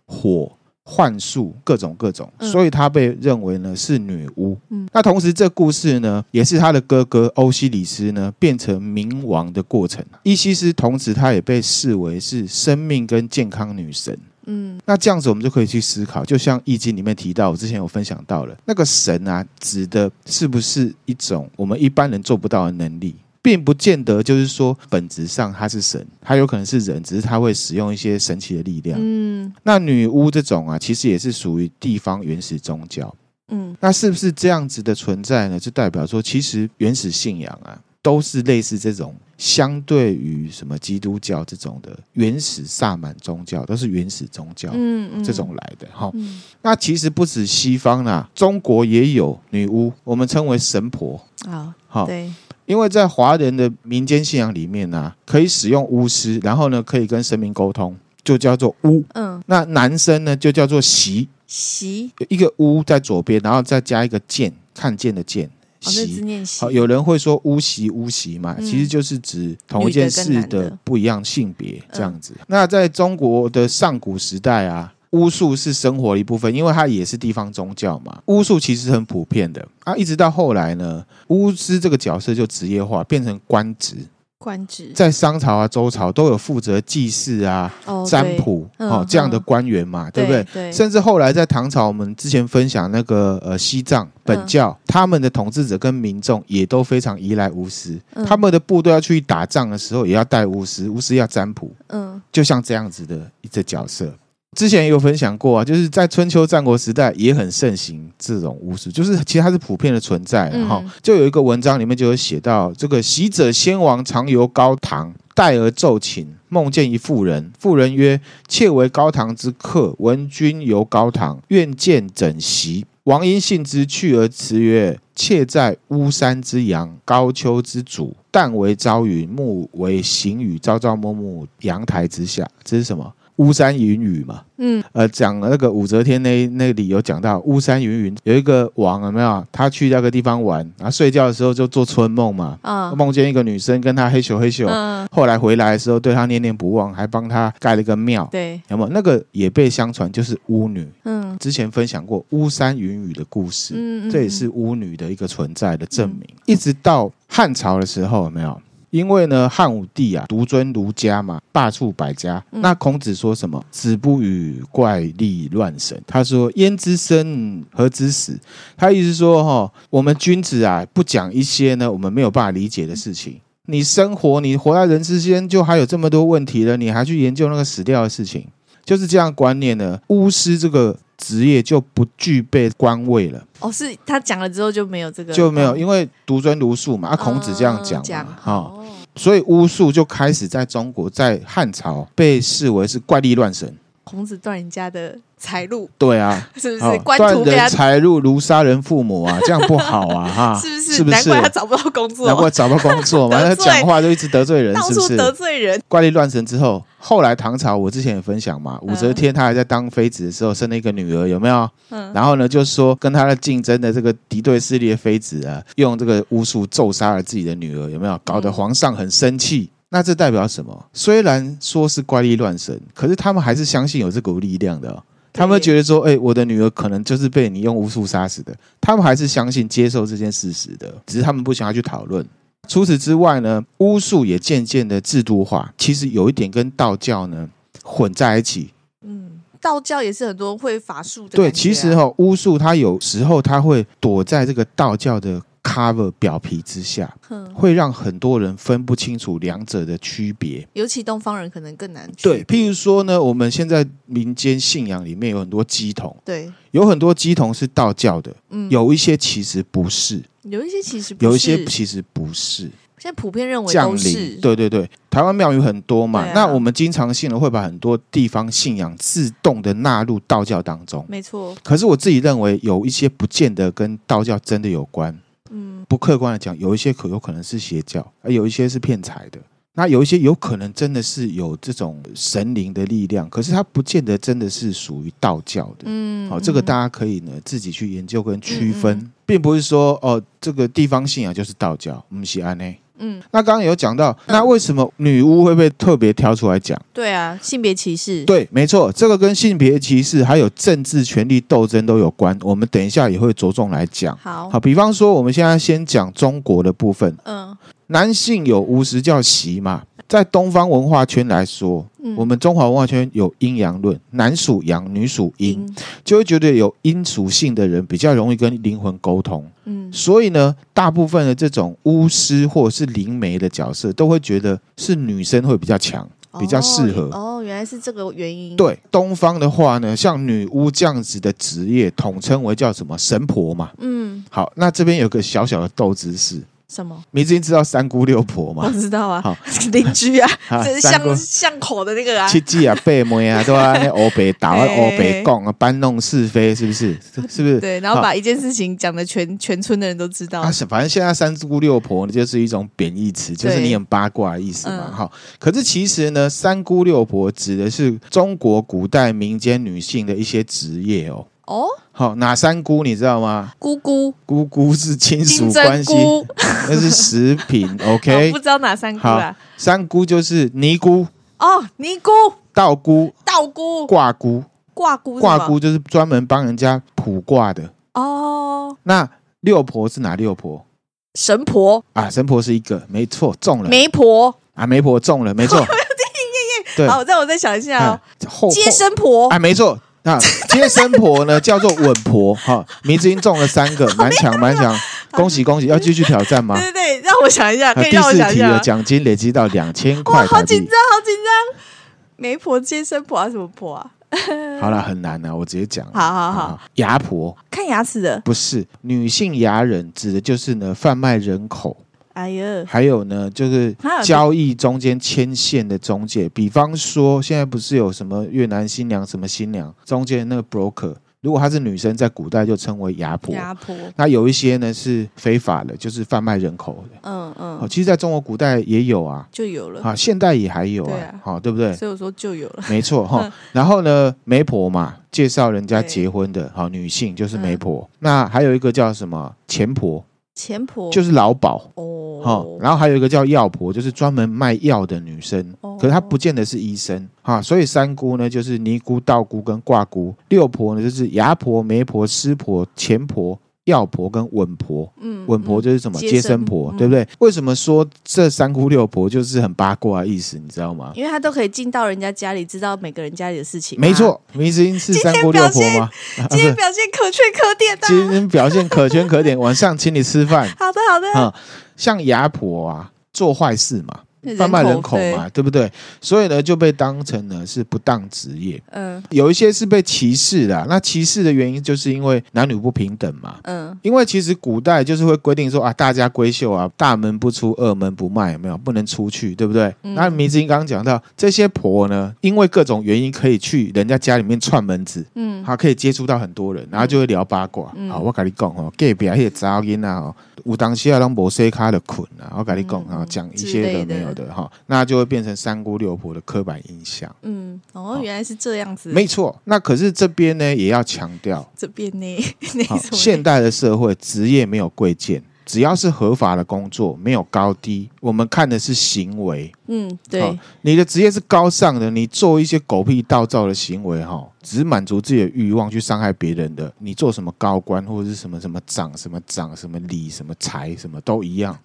Speaker 1: 火、幻术，各种各种，
Speaker 2: 嗯
Speaker 1: 所以她被认为呢是女巫。
Speaker 2: 嗯
Speaker 1: 那同时这故事呢，也是她的哥哥欧西里斯呢变成冥王的过程。伊西斯同时她也被视为是生命跟健康女神。
Speaker 2: 嗯
Speaker 1: 那这样子，我们就可以去思考，就像《易经》里面提到，我之前有分享到了，那个神啊，指的是不是一种我们一般人做不到的能力，并不见得就是说本质上他是神，他有可能是人，只是他会使用一些神奇的力量。
Speaker 2: 嗯
Speaker 1: 那女巫这种啊，其实也是属于地方原始宗教。
Speaker 2: 嗯
Speaker 1: 那是不是这样子的存在呢？就代表说，其实原始信仰啊，都是类似这种相对于什么基督教这种的原始萨满宗教，都是原始宗教。
Speaker 2: 嗯嗯
Speaker 1: 这种来的哈、
Speaker 2: 嗯
Speaker 1: 那其实不止西方啦，中国也有女巫，我们称为神婆。
Speaker 2: 好
Speaker 1: 哈，
Speaker 2: 对
Speaker 1: 因为在华人的民间信仰里面呢、可以使用巫师，然后呢可以跟神明沟通，就叫做巫。
Speaker 2: 嗯
Speaker 1: 那男生呢就叫做习，
Speaker 2: 习
Speaker 1: 一个巫在左边，然后再加一个见，看见的见，
Speaker 2: 哦那字
Speaker 1: 习。
Speaker 2: 念习
Speaker 1: 好，有人会说巫习巫习嘛，
Speaker 2: 嗯
Speaker 1: 其实就是指同一件
Speaker 2: 女
Speaker 1: 事
Speaker 2: 的跟嗯男
Speaker 1: 的
Speaker 2: 的
Speaker 1: 不一样性别这样子。那在中国的上古时代啊，巫术是生活的一部分，因为它也是地方宗教嘛。巫术其实很普遍的啊，一直到后来呢，巫师这个角色就职业化，变成官职，
Speaker 2: 官职
Speaker 1: 在商朝啊、周朝都有负责祭祀啊、
Speaker 2: 哦
Speaker 1: 占卜
Speaker 2: 嗯
Speaker 1: 哦这样的
Speaker 2: 嗯
Speaker 1: 官员嘛，对
Speaker 2: 对
Speaker 1: 不对？
Speaker 2: 对
Speaker 1: 甚至后来在唐朝，我们之前分享那个呃西藏本教，
Speaker 2: 嗯
Speaker 1: 他们的统治者跟民众也都非常依赖巫师，
Speaker 2: 嗯
Speaker 1: 他们的部队要去打仗的时候也要带巫师，巫师要占卜，
Speaker 2: 嗯
Speaker 1: 就像这样子的一个角色。之前也有分享过啊，就是在春秋战国时代也很盛行这种巫术，就是其实它是普遍的存在的，然后、
Speaker 2: 嗯
Speaker 1: 就有一个文章里面就有写到，这个习者先王常游高堂，戴而奏琴，梦见一妇人，妇人曰：“妾为高堂之客，闻君游高堂，愿见枕席。”王英信之，去而辞曰：“妾在巫山之阳，高丘之主，但为朝云，暮为行雨，朝朝暮暮，阳台之下。”这是什么？巫山云雨嘛，
Speaker 2: 嗯，
Speaker 1: 呃，讲那个武则天那那里有讲到巫山云雨，有一个王有没有？他去那个地方玩，然后睡觉的时候就做春梦嘛，
Speaker 2: 啊，
Speaker 1: 梦见一个女生跟他嘿咻嘿咻，
Speaker 2: 嗯，
Speaker 1: 后来回来的时候对他念念不忘，还帮他盖了一个庙，
Speaker 2: 对，
Speaker 1: 有没有？那个也被相传就是巫女，
Speaker 2: 嗯
Speaker 1: 之前分享过巫山云雨的故事，
Speaker 2: 嗯嗯嗯
Speaker 1: 这也是巫女的一个存在的证明。一直到汉朝的时候，有没有？因为呢，汉武帝啊，独尊儒家嘛，罢黜百家。
Speaker 2: 嗯
Speaker 1: 那孔子说什么？子不语怪力乱神。他说：“焉知生，何知死？”他意思说，哈，我们君子啊，不讲一些呢我们没有办法理解的事情。你生活，你活在人世间，就还有这么多问题了，你还去研究那个死掉的事情，就是这样观念呢。巫师这个职业就不具备官位了，
Speaker 2: 哦，是他讲了之后就没有这个，
Speaker 1: 就没有，因为独尊儒术嘛，啊，孔子这样讲
Speaker 2: 嗯讲
Speaker 1: 嘛，哦，所以巫术就开始在中国，在汉朝被视为是怪力乱神。
Speaker 2: 孔子断人家的财路，
Speaker 1: 对啊，
Speaker 2: 是不
Speaker 1: 哦
Speaker 2: 是？官
Speaker 1: 断
Speaker 2: 途被他
Speaker 1: 人，财路如杀人父母啊，这样不好啊，哈，
Speaker 2: 是不
Speaker 1: 是
Speaker 2: 是？
Speaker 1: 不
Speaker 2: 难
Speaker 1: 是？
Speaker 2: 怪他找不到工 作，
Speaker 1: 难怪找不到工作 嘛，他
Speaker 2: 得罪
Speaker 1: 讲话就一直得罪人，
Speaker 2: 到
Speaker 1: 是不
Speaker 2: 处
Speaker 1: 是？
Speaker 2: 得罪人。
Speaker 1: 怪力乱神之后，后来唐朝我之前也分享嘛，武则天她还在当妃子的时候生了一个女儿，有没有？
Speaker 2: 嗯，
Speaker 1: 然后呢，就说跟她的竞争的这个敌对势力的妃子啊，用这个巫术咒杀了自己的女儿，有没有？搞得皇上很生气。那这代表什么？虽然说是怪力乱神，可是他们还是相信有这股力量的哦、他们觉得说，哎、我的女儿可能就是被你用巫术杀死的，他们还是相信接受这件事实的，只是他们不想要去讨论。除此之外呢，巫术也渐渐的制度化，其实有一点跟道教呢混在一起。
Speaker 2: 嗯，道教也是很多会法术的感觉啊。
Speaker 1: 对，其实哦哈、巫术它有时候它会躲在这个道教的 cover 表皮之下，
Speaker 2: 嗯，
Speaker 1: 会让很多人分不清楚两者的区别。
Speaker 2: 尤其东方人可能更难去。
Speaker 1: 对，譬如说呢，我们现在民间信仰里面有很多鸡童，
Speaker 2: 对，
Speaker 1: 有很多鸡童是道教的，
Speaker 2: 嗯，
Speaker 1: 有一些其实不是，
Speaker 2: 有一些其实不
Speaker 1: 有一
Speaker 2: 是
Speaker 1: 些其实不是。
Speaker 2: 现在普遍认为
Speaker 1: 降
Speaker 2: 都是
Speaker 1: 临，对对对，台湾庙宇很多嘛，
Speaker 2: 对啊
Speaker 1: 那我们经常性的会把很多地方信仰自动的纳入道教当中。
Speaker 2: 没错，
Speaker 1: 可是我自己认为，有一些不见得跟道教真的有关。
Speaker 2: 嗯，
Speaker 1: 不客观的讲，有一些可有可能是邪教，而有一些是骗财的。那有一些有可能真的是有这种神灵的力量，可是它不见得真的是属于道教的。
Speaker 2: 嗯，
Speaker 1: 好、这个
Speaker 2: 嗯
Speaker 1: 大家可以呢自己去研究跟区
Speaker 2: 嗯嗯
Speaker 1: 分，并不是说哦这个地方信仰就是道教，我们西安呢。
Speaker 2: 嗯，
Speaker 1: 那刚刚有讲到，那为什么女巫会被特别挑出来讲？
Speaker 2: 对啊，性别歧视，
Speaker 1: 对，没错，这个跟性别歧视还有政治权力斗争都有关，我们等一下也会着重来讲。
Speaker 2: 好，
Speaker 1: 好，比方说我们现在先讲中国的部分，
Speaker 2: 嗯
Speaker 1: 男性有巫师叫习嘛，在东方文化圈来说，
Speaker 2: 嗯，
Speaker 1: 我们中华文化圈有阴阳论，男属阳，女属阴，
Speaker 2: 赢，
Speaker 1: 就会觉得有阴属性的人比较容易跟灵魂沟通。
Speaker 2: 嗯，
Speaker 1: 所以呢，大部分的这种巫师或者是灵媒的角色，都会觉得是女生会比较强， 比较适合。
Speaker 2: 哦。哦，原来是这个原因。，
Speaker 1: 对东方的话呢，像女巫这样子的职业，统称为叫什么神婆嘛。
Speaker 2: 嗯，
Speaker 1: 好，那这边有个小小的斗知识，
Speaker 2: 什么？
Speaker 1: 迷之音知道三姑六婆
Speaker 2: 我
Speaker 1: 嘛？
Speaker 2: 知道啊
Speaker 1: 好，
Speaker 2: 邻居啊，
Speaker 1: 啊
Speaker 2: 这
Speaker 1: 三姑
Speaker 2: 巷巷口的那个啊，
Speaker 1: 七姐啊，八妹啊，对吧？那欧北打
Speaker 2: 哎
Speaker 1: 欧北共啊，搬弄是非，是不是？是是不是？
Speaker 2: 对，然后
Speaker 1: 好
Speaker 2: 把一件事情讲的全全村的人都知道
Speaker 1: 啊，。是反正现在三姑六婆呢，就是一种贬义词，就是
Speaker 2: 对
Speaker 1: 你很八卦的意思嘛，
Speaker 2: 嗯
Speaker 1: 哈、可是其实呢，三姑六婆指的是中国古代民间女性的一些职业哦。
Speaker 2: 哦，
Speaker 1: 好，哪三姑你知道吗？
Speaker 2: 姑姑、
Speaker 1: 姑姑是亲属
Speaker 2: 金
Speaker 1: 关
Speaker 2: 针
Speaker 1: 系，
Speaker 2: 菇，
Speaker 1: 那是食 品。
Speaker 2: 我
Speaker 1: OK，
Speaker 2: 不知道哪三姑啦。
Speaker 1: 三姑就是尼姑、
Speaker 2: 哦，尼姑、
Speaker 1: 道姑、
Speaker 2: 道姑、
Speaker 1: 挂姑。
Speaker 2: 挂姑、
Speaker 1: 挂姑。就是专门帮人家卜卦的。
Speaker 2: 哦，
Speaker 1: 那六婆是哪六婆？
Speaker 2: 神婆、
Speaker 1: 啊，神婆是一个，没错，中了。
Speaker 2: 媒婆。
Speaker 1: 啊，媒婆中了，没 错。对，
Speaker 2: 好，让我再想一下哦
Speaker 1: 啊。后
Speaker 2: 接生婆
Speaker 1: 啊，没错。那接生婆呢，叫做稳婆哈，迷之音中了三个，蛮强蛮强，恭喜恭喜！要继续挑战吗？
Speaker 2: 对对对，让我想一下，
Speaker 1: 啊
Speaker 2: 可以
Speaker 1: 第
Speaker 2: 让我
Speaker 1: 四
Speaker 2: 想一
Speaker 1: 题
Speaker 2: 下
Speaker 1: 了，
Speaker 2: 吗。
Speaker 1: 奖金累积到两千
Speaker 2: 哇，
Speaker 1: 块
Speaker 2: 好
Speaker 1: 台
Speaker 2: 紧
Speaker 1: 币。
Speaker 2: 张，好紧张！媒婆、接生婆啊，什么婆啊？
Speaker 1: 好了，很难啊，我直接讲。
Speaker 2: 好好好，
Speaker 1: 牙婆
Speaker 2: 看牙齿的
Speaker 1: 不是女性牙人，指的就是呢贩卖人口。
Speaker 2: 哎呀，
Speaker 1: 还有呢，就是
Speaker 2: 还有这
Speaker 1: 交易中间牵线的中介，比方说现在不是有什么越南新娘什么新娘，中间那个 broker，如果她是女生，在古代就称为牙婆。
Speaker 2: 压迫，
Speaker 1: 那有一些呢是非法的，就是贩卖人口的。
Speaker 2: 嗯
Speaker 1: 哦，
Speaker 2: 嗯，
Speaker 1: 其实在中国古代也有啊，
Speaker 2: 就有了。
Speaker 1: 啊，现代也还有
Speaker 2: 对
Speaker 1: 啊
Speaker 2: 啊，嗯
Speaker 1: 好、对不对？
Speaker 2: 所以我说就有了，
Speaker 1: 没错哈。然后呢，媒婆嘛，介绍人家结婚的，好、女性就是媒婆。
Speaker 2: 嗯
Speaker 1: 那还有一个叫什么钱婆，
Speaker 2: 钱婆
Speaker 1: 就是劳保。哦
Speaker 2: 哦，，
Speaker 1: 然后还有一个叫药婆，就是专门卖药的女生，
Speaker 2: 哦
Speaker 1: 可是她不见得是医生哈、所以三姑呢就是尼姑、道姑跟卦姑，六婆呢就是牙婆、媒婆、师婆、钱婆、药婆跟稳婆。
Speaker 2: 嗯
Speaker 1: 稳婆就是什么
Speaker 2: 接
Speaker 1: 接生
Speaker 2: 生
Speaker 1: 婆，
Speaker 2: 嗯
Speaker 1: 对不对？为什么说这三姑六婆就是很八卦的意思，你知道吗？
Speaker 2: 因为他啊都可以进到人家家里，知道每个人家里的事情。
Speaker 1: 没，错，迷之音是
Speaker 2: 今
Speaker 1: 三
Speaker 2: 天
Speaker 1: 姑六
Speaker 2: 表
Speaker 1: 婆
Speaker 2: 现
Speaker 1: 吗？啊不
Speaker 2: 今天
Speaker 1: 是，
Speaker 2: 表现可圈可点的。
Speaker 1: 今天表现可圈可点，晚上请你吃饭。
Speaker 2: 好的好的，
Speaker 1: 啊，像牙婆啊，做坏事嘛，
Speaker 2: 人
Speaker 1: 贩卖人口
Speaker 2: 对
Speaker 1: 嘛，对不对？所以呢，就被当成呢是不当职业，
Speaker 2: 嗯
Speaker 1: 有一些是被歧视的啊、那歧视的原因就是因为男女不平等嘛。
Speaker 2: 嗯，
Speaker 1: 因为其实古代就是会规定说啊，大家闺秀啊，大门不出，二门不迈，有没有？不能出去，对不对？那迷之音刚刚讲到，这些婆呢，因为各种原因可以去人家家里面串门子，嗯，她可以接触到很多人，然后就会聊八卦。好，我跟你讲哦，隔壁那些查某囡仔哦，有当时啊拢无洗卡的困啊，我跟你讲啊，讲一些有的没有的哈，那就会变成三姑六婆的刻板印象。
Speaker 2: 嗯，哦，原来是这样子。
Speaker 1: 没错，那可是这边呢也要强调，
Speaker 2: 这边呢， 那
Speaker 1: 好，
Speaker 2: 什么
Speaker 1: 现代的社会，职业没有贵贱，只要是合法的工作，没有高低，我们看的是行为。
Speaker 2: 嗯，
Speaker 1: 好
Speaker 2: 对，
Speaker 1: 你的职业是高尚的，你做一些狗屁倒灶的行为，哈，只满足自己的欲望去伤害别人的，你做什么高官或者是什么什么长什么长什么礼什么财什么都一 样，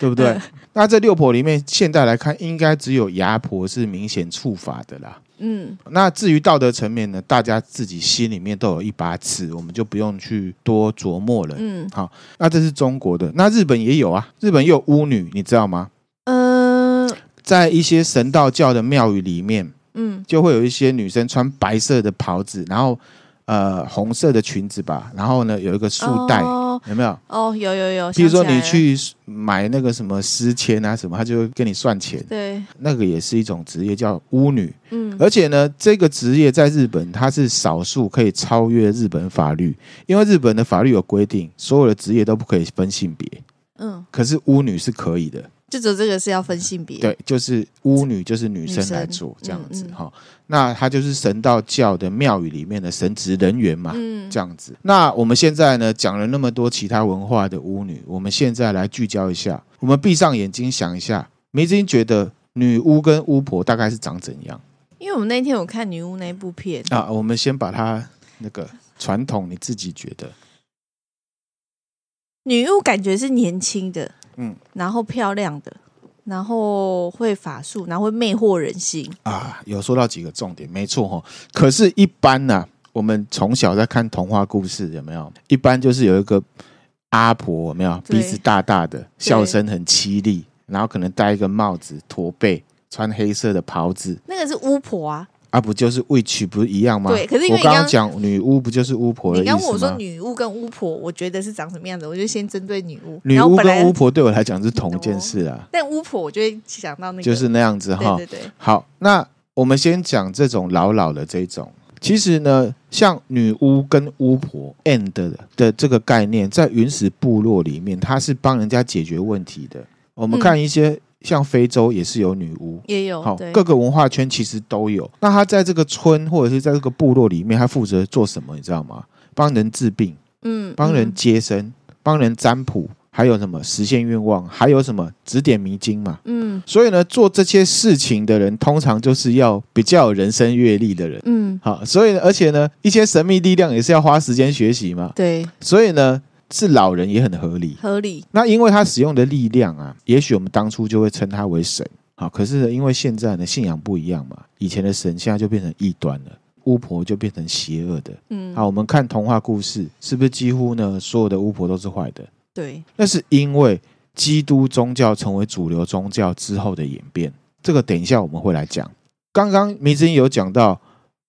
Speaker 1: 对不对？
Speaker 2: 嗯
Speaker 1: 那这六婆里面，现在来看，应该只有牙婆是明显触法的啦。
Speaker 2: 嗯，
Speaker 1: 那至于道德层面呢，大家自己心里面都有一把尺，我们就不用去多琢磨了。
Speaker 2: 嗯
Speaker 1: 好，那这是中国的，那日本也有啊，日本也有巫女，你知道吗？
Speaker 2: 呃，
Speaker 1: 在一些神道教的庙宇里面，
Speaker 2: 嗯，
Speaker 1: 就会有一些女生穿白色的袍子，然后呃红色的裙子吧，然后呢有一个束带，
Speaker 2: 哦，
Speaker 1: 有没有？
Speaker 2: 哦有有有，
Speaker 1: 譬如说
Speaker 2: 想起
Speaker 1: 你
Speaker 2: 来了，
Speaker 1: 去买那个什么丝签啊什么，他就会跟你算钱，
Speaker 2: 对，
Speaker 1: 那个也是一种职业叫巫女。
Speaker 2: 嗯，
Speaker 1: 而且呢，这个职业在日本它是少数可以超越日本法律，因为日本的法律有规定，所有的职业都不可以分性别。
Speaker 2: 嗯，
Speaker 1: 可是巫女是可以的，
Speaker 2: 就只有这个是要分性别，
Speaker 1: 对，就是巫女就是女生
Speaker 2: 女生
Speaker 1: 来做这样子
Speaker 2: 嗯嗯
Speaker 1: 哈、那她就是神道教的庙宇里面的神职人员嘛，
Speaker 2: 嗯，
Speaker 1: 这样子。那我们现在呢讲了那么多其他文化的巫女，我们现在来聚焦一下，我们闭上眼睛想一下，梅子英觉得女巫跟巫婆大概是长怎样？
Speaker 2: 因为我们那天有看女巫那部片，
Speaker 1: 啊，我们先把它那个传统，你自己觉得，
Speaker 2: 女巫感觉是年轻的，
Speaker 1: 嗯
Speaker 2: 嗯，然后漂亮的，然后会法术，然后会魅惑人心，
Speaker 1: 啊，有说到几个重点，没错哈、可是，一般呢、我们从小在看童话故事，有没有？一般就是有一个阿婆，有没有？
Speaker 2: 对
Speaker 1: 鼻子大大的，笑声很凄厉，然后可能戴一个帽子、驼背，穿黑色的袍子，
Speaker 2: 那个是巫婆啊。
Speaker 1: 啊，不就是 witch 不是一样吗？
Speaker 2: 对可是因为
Speaker 1: 我
Speaker 2: 你
Speaker 1: 刚
Speaker 2: 刚
Speaker 1: 刚讲女巫不就是巫婆的
Speaker 2: 你
Speaker 1: 意思吗？
Speaker 2: 刚问我说女巫跟巫婆，我觉得是长什么样子，我就先针对女巫。
Speaker 1: 女
Speaker 2: 然后
Speaker 1: 巫
Speaker 2: 本来
Speaker 1: 跟巫，婆对我来讲是同一件事啊，
Speaker 2: 但巫婆我就会想到那个，
Speaker 1: 就是那样子哈。
Speaker 2: 对对对，
Speaker 1: 好，那我们先讲这种老老的这种。其实呢，像女巫跟巫婆 and 的的这个概念，在原始部落里面，它是帮人家解决问题的。我们
Speaker 2: 嗯
Speaker 1: 看一些、像非洲也是有女巫，
Speaker 2: 也有
Speaker 1: 好、
Speaker 2: 嗯哦对
Speaker 1: 各个文化圈其实都有。那她在这个村或者是在这个部落里面，她负责做什么？你知道吗？帮人治病，
Speaker 2: 嗯
Speaker 1: 帮人
Speaker 2: 嗯
Speaker 1: 接生，帮人占卜，还有什么实现愿望，还有什么指点迷津嘛。
Speaker 2: 嗯
Speaker 1: 所以呢，做这些事情的人，通常就是要比较有人生阅历的人。
Speaker 2: 嗯，
Speaker 1: 好，所以呢，而且呢，一些神秘力量也是要花时间学习嘛。
Speaker 2: 对，
Speaker 1: 所以呢，是老人也很合理。
Speaker 2: 合理。
Speaker 1: 那因为他使用的力量啊，也许我们当初就会称他为神。好，可是呢因为现在呢信仰不一样嘛，以前的神现在就变成异端了，巫婆就变成邪恶的。
Speaker 2: 嗯，
Speaker 1: 好，我们看童话故事，是不是几乎呢所有的巫婆都是坏的？
Speaker 2: 对，
Speaker 1: 那是因为基督宗教成为主流宗教之后的演变。这个等一下我们会来讲。刚刚迷之音有讲到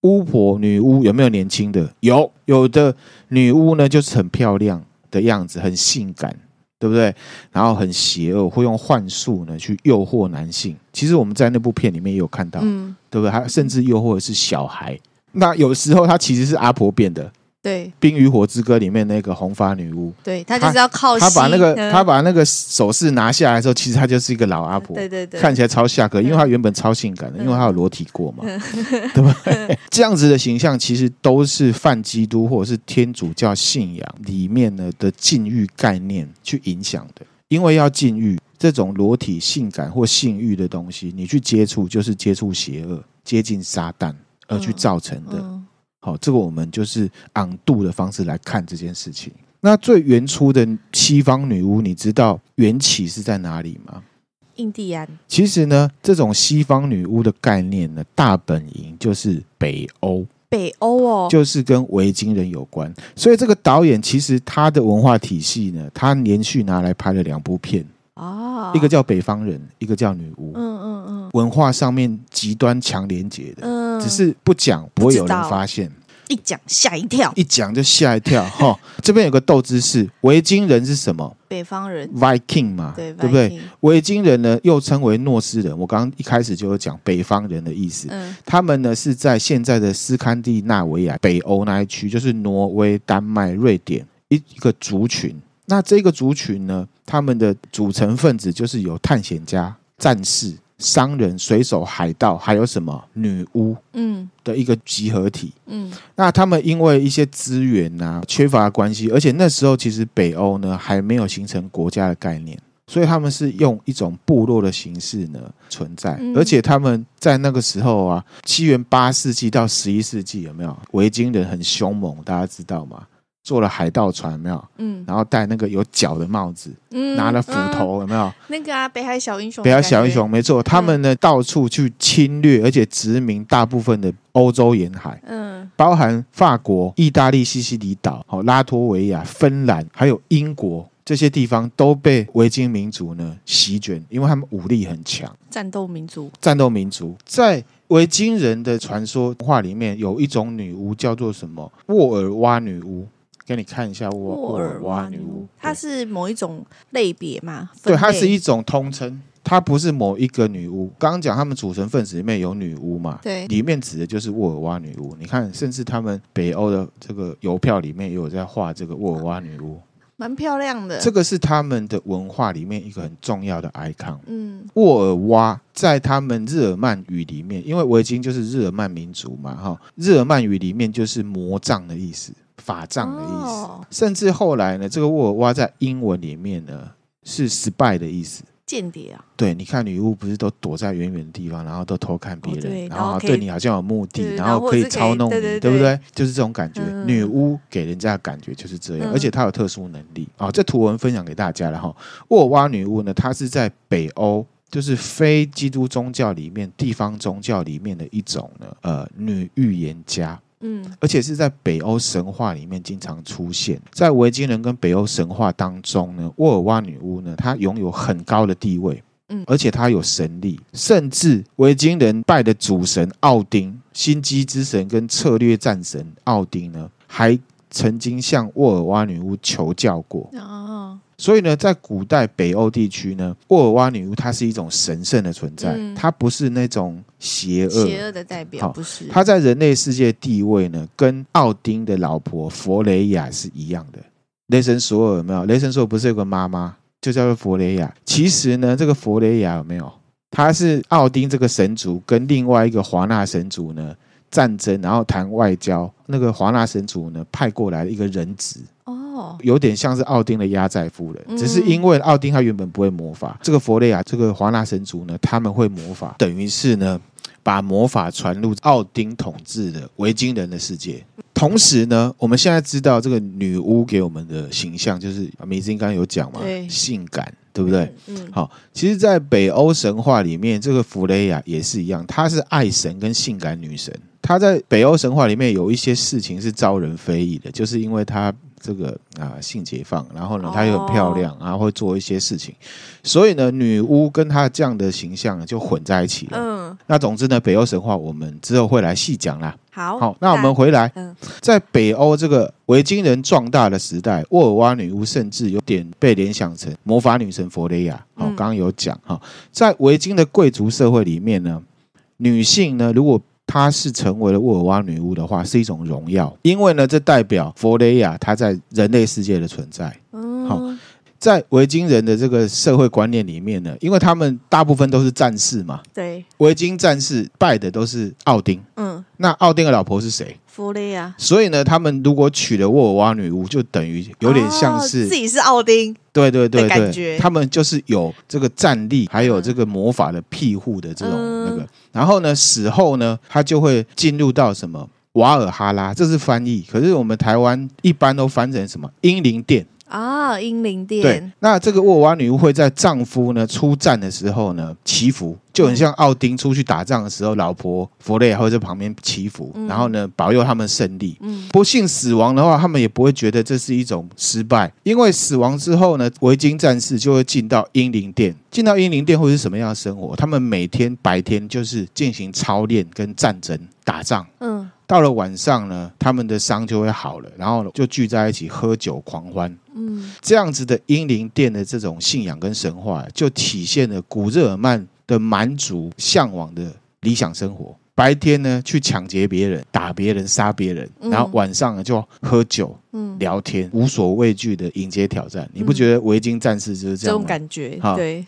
Speaker 1: 巫婆、女巫有没有年轻的？有，有的女巫呢就是很漂亮的样子，很性感，对不对？然后很邪恶，会用幻术呢去诱惑男性。其实我们在那部片里面也有看到，
Speaker 2: 嗯，
Speaker 1: 对不对？他甚至诱惑的是小孩。那有时候他其实是阿婆变的，《
Speaker 2: 对
Speaker 1: 冰与火之歌》里面那个红发女巫，
Speaker 2: 对，他就是要靠
Speaker 1: 她把那个
Speaker 2: 吸呢嗯
Speaker 1: 她把那个首饰拿下来之后，其实她就是一个老阿婆，
Speaker 2: 对对嗯对，
Speaker 1: 看起来超下格，因为她原本超性感的，因为她有裸体过嘛，
Speaker 2: 嗯
Speaker 1: 对 吧？这样子的形象其实都是泛基督或者是天主教信仰里面呢的禁欲概念去影响的，因为要禁欲，这种裸体性感或性欲的东西，你去接触就是接触邪恶，接近撒旦而去造成的。
Speaker 2: 嗯
Speaker 1: 好，这个我们就是昂度的方式来看这件事情。那最原初的西方女巫，你知道缘起是在哪里吗？
Speaker 2: 印第安，
Speaker 1: 其实呢，这种西方女巫的概念呢，大本营就是北欧，
Speaker 2: 北欧哦，
Speaker 1: 就是跟维京人有关。所以这个导演其实他的文化体系呢，他连续拿来拍了两部片，
Speaker 2: 啊，
Speaker 1: 一个叫《北方人》，一个叫《女巫》，
Speaker 2: 嗯嗯嗯
Speaker 1: 文化上面极端强连结的，
Speaker 2: 嗯，
Speaker 1: 只是不讲不会有
Speaker 2: 不知
Speaker 1: 人
Speaker 2: 道
Speaker 1: 发现。
Speaker 2: 一讲吓一跳，
Speaker 1: 一讲就吓一跳哈、这边有个斗知识，维京人是什么
Speaker 2: 北方人
Speaker 1: ？Viking 嘛，
Speaker 2: 对
Speaker 1: 不对？
Speaker 2: Viking
Speaker 1: 维京人呢又称为诺斯人，我刚刚一开始就有讲北方人的意思。
Speaker 2: 嗯
Speaker 1: 他们呢是在现在的斯堪的纳维亚北欧那一区，就是挪威、丹麦、瑞典一一个族群。那这个族群呢，他们的组成分子就是有探险家、战士、商人、水手、海盗，还有什么女巫
Speaker 2: 嗯
Speaker 1: 的一个集合体。
Speaker 2: 嗯
Speaker 1: 那他们因为一些资源啊缺乏的关系，而且那时候其实北欧呢还没有形成国家的概念，所以他们是用一种部落的形式呢存在，
Speaker 2: 嗯
Speaker 1: 而且他们在那个时候啊，七元八世纪到十一世纪有没有维京人很凶猛，大家知道吗？坐了海盗船有没有？
Speaker 2: 嗯
Speaker 1: 然后戴那个有角的帽子，
Speaker 2: 嗯，
Speaker 1: 拿了斧
Speaker 2: 嗯，
Speaker 1: 头有没有？
Speaker 2: 那个啊，北海小英雄，
Speaker 1: 北海小英，雄没错，他们
Speaker 2: 嗯
Speaker 1: 呢到处去侵略，而且殖民大部分的欧洲沿海。
Speaker 2: 嗯
Speaker 1: 包含法国、意大利、西西里岛、好拉脱维亚、芬兰，还有英国这些地方都被维京民族呢席卷，因为他们武力很强，
Speaker 2: 战斗民族，
Speaker 1: 战斗民族。在维京人的传说文化里面，有一种女巫叫做什么沃尔蛙女巫，给你看一下沃沃尔蛙女巫，
Speaker 2: 它是某一种类别嘛？
Speaker 1: 对，
Speaker 2: 分
Speaker 1: 它
Speaker 2: 类
Speaker 1: 是一种通称。它不是某一个女巫，刚刚讲他们组成分子里面有女巫嘛，
Speaker 2: 对
Speaker 1: 里面指的就是沃尔瓦女巫。你看，甚至他们北欧的这个邮票里面也有在画这个沃尔瓦女巫，
Speaker 2: 蛮漂亮的，
Speaker 1: 这个是他们的文化里面一个很重要的 icon。
Speaker 2: 嗯
Speaker 1: 沃尔瓦在他们日耳曼语里面，因为维京就是日耳曼民族嘛，哈，日耳曼语里面就是魔杖的意思，法杖的意思。
Speaker 2: 哦
Speaker 1: 甚至后来呢，这个沃尔瓦在英文里面呢是 spy 的意思。
Speaker 2: 间谍啊，
Speaker 1: 对，你看女巫不是都躲在远远的地方，然后都偷看别
Speaker 2: 哦
Speaker 1: 人，
Speaker 2: 对
Speaker 1: 然
Speaker 2: 然后
Speaker 1: 后
Speaker 2: 可以
Speaker 1: 对你好像有目的，
Speaker 2: 对
Speaker 1: 然
Speaker 2: 然
Speaker 1: 后
Speaker 2: 后或
Speaker 1: 可以
Speaker 2: 者是可以
Speaker 1: 操弄你，
Speaker 2: 对对
Speaker 1: 不
Speaker 2: 对
Speaker 1: 对？就是这种感觉。
Speaker 2: 嗯
Speaker 1: 女巫给人家的感觉就是这样，
Speaker 2: 嗯
Speaker 1: 而且她有特殊能力啊、哦这图文分享给大家了哈。沃尔瓦女巫呢，她是在北欧。就是非基督宗教里面地方宗教里面的一种呢，呃，女预言家。
Speaker 2: 嗯
Speaker 1: 而且是在北欧神话里面经常出现。在维京人跟北欧神话当中呢，沃尔瓦女巫呢，她拥有很高的地位，
Speaker 2: 嗯
Speaker 1: 而且她有神力，甚至维京人拜的主神奥丁、心机之神跟策略战神奥丁呢，还曾经向沃尔瓦女巫求教过。
Speaker 2: 哦
Speaker 1: 所以呢，在古代北欧地区呢，沃尔瓦女巫她是一种神圣的存在，
Speaker 2: 嗯
Speaker 1: 她不是那种邪恶。
Speaker 2: 邪恶的代表
Speaker 1: 好
Speaker 2: 不是
Speaker 1: 他在人类世界地位呢，跟奥丁的老婆弗雷亚是一样的。雷神索尔有没有？雷神索尔不是有个妈妈，就叫做弗雷亚。其实呢，这个弗雷亚有没有？她是奥丁这个神族跟另外一个华纳神族呢战争，然后谈外交。那个华纳神族呢派过来的一个人质，
Speaker 2: 哦，
Speaker 1: 有点像是奥丁的压寨夫人，
Speaker 2: 嗯
Speaker 1: 只是因为奥丁他原本不会魔法，这个佛雷亚这个华纳神族呢，他们会魔法，等于是呢把魔法传入奥丁统治的维京人的世界。同时呢，我们现在知道这个女巫给我们的形象就是米津刚刚有讲嘛
Speaker 2: 对，
Speaker 1: 性感，对不对？
Speaker 2: 嗯
Speaker 1: 好，其实，在北欧神话里面，这个弗雷亚也是一样，她是爱神跟性感女神。他在北欧神话里面有一些事情是招人非议的，就是因为他这个啊、性解放，然后呢
Speaker 2: 哦
Speaker 1: 她又很漂亮，然后会做一些事情，所以呢女巫跟她这样的形象就混在一起了。
Speaker 2: 嗯，
Speaker 1: 那总之呢，北欧神话我们之后会来细讲啦。
Speaker 2: 哦好，
Speaker 1: 好，那我们回来
Speaker 2: 嗯，
Speaker 1: 在北欧这个维京人壮大的时代，沃尔瓦女巫甚至有点被联想成魔法女神弗雷亚。好，
Speaker 2: 嗯
Speaker 1: 刚刚有讲哈，在维京的贵族社会里面呢，女性呢，如果她是成为了沃尔瓦女巫的话，是一种荣耀，因为呢，这代表弗雷亚她在人类世界的存在。
Speaker 2: 嗯，
Speaker 1: 好在维京人的这个社会观念里面呢，因为他们大部分都是战士嘛，
Speaker 2: 对，
Speaker 1: 维京战士拜的都是奥丁。
Speaker 2: 嗯，啊
Speaker 1: 那奥丁的老婆是谁？
Speaker 2: 弗雷亚
Speaker 1: 所以呢，他们如果娶了沃尔瓦女巫，就等于有点像
Speaker 2: 哦
Speaker 1: 是
Speaker 2: 自、己是奥丁，
Speaker 1: 对对对
Speaker 2: 的感
Speaker 1: 对，
Speaker 2: 觉
Speaker 1: 他们就是有这个战力，还有这个魔法的庇护的这种
Speaker 2: 嗯
Speaker 1: 那个。然后呢，死后呢，他就会进入到什么瓦尔哈拉，这是翻译，可是我们台湾一般都翻成什么英灵殿。
Speaker 2: 啊，英灵
Speaker 1: 对
Speaker 2: 殿，，
Speaker 1: 那这个沃尔瓦女巫会在丈夫呢出战的时候呢祈福，就很像奥丁出去打仗的时候，老婆弗雷亚会在旁边祈福，然后呢保佑他们胜利。
Speaker 2: 嗯，
Speaker 1: 不幸死亡的话，他们也不会觉得这是一种失败，因为死亡之后呢，维京战士就会进到英灵殿。进到英灵殿会是什么样的生活？他们每天白天就是进行操练跟战争、打仗。
Speaker 2: 嗯，
Speaker 1: 到了晚上呢，他们的伤就会好了，然后就聚在一起喝酒狂欢。
Speaker 2: 嗯，
Speaker 1: 这样子的英灵殿的这种信仰跟神话，就体现了古日耳曼的蛮族向往的理想生活。白天呢，去抢劫别人、打别人、杀别人，
Speaker 2: 嗯
Speaker 1: 然后晚上呢就喝酒、
Speaker 2: 嗯，
Speaker 1: 聊天，无所畏惧的迎接挑战。你不觉得维京战士就是这
Speaker 2: 这
Speaker 1: 样
Speaker 2: 种
Speaker 1: 吗？
Speaker 2: 感觉
Speaker 1: 好，
Speaker 2: 对，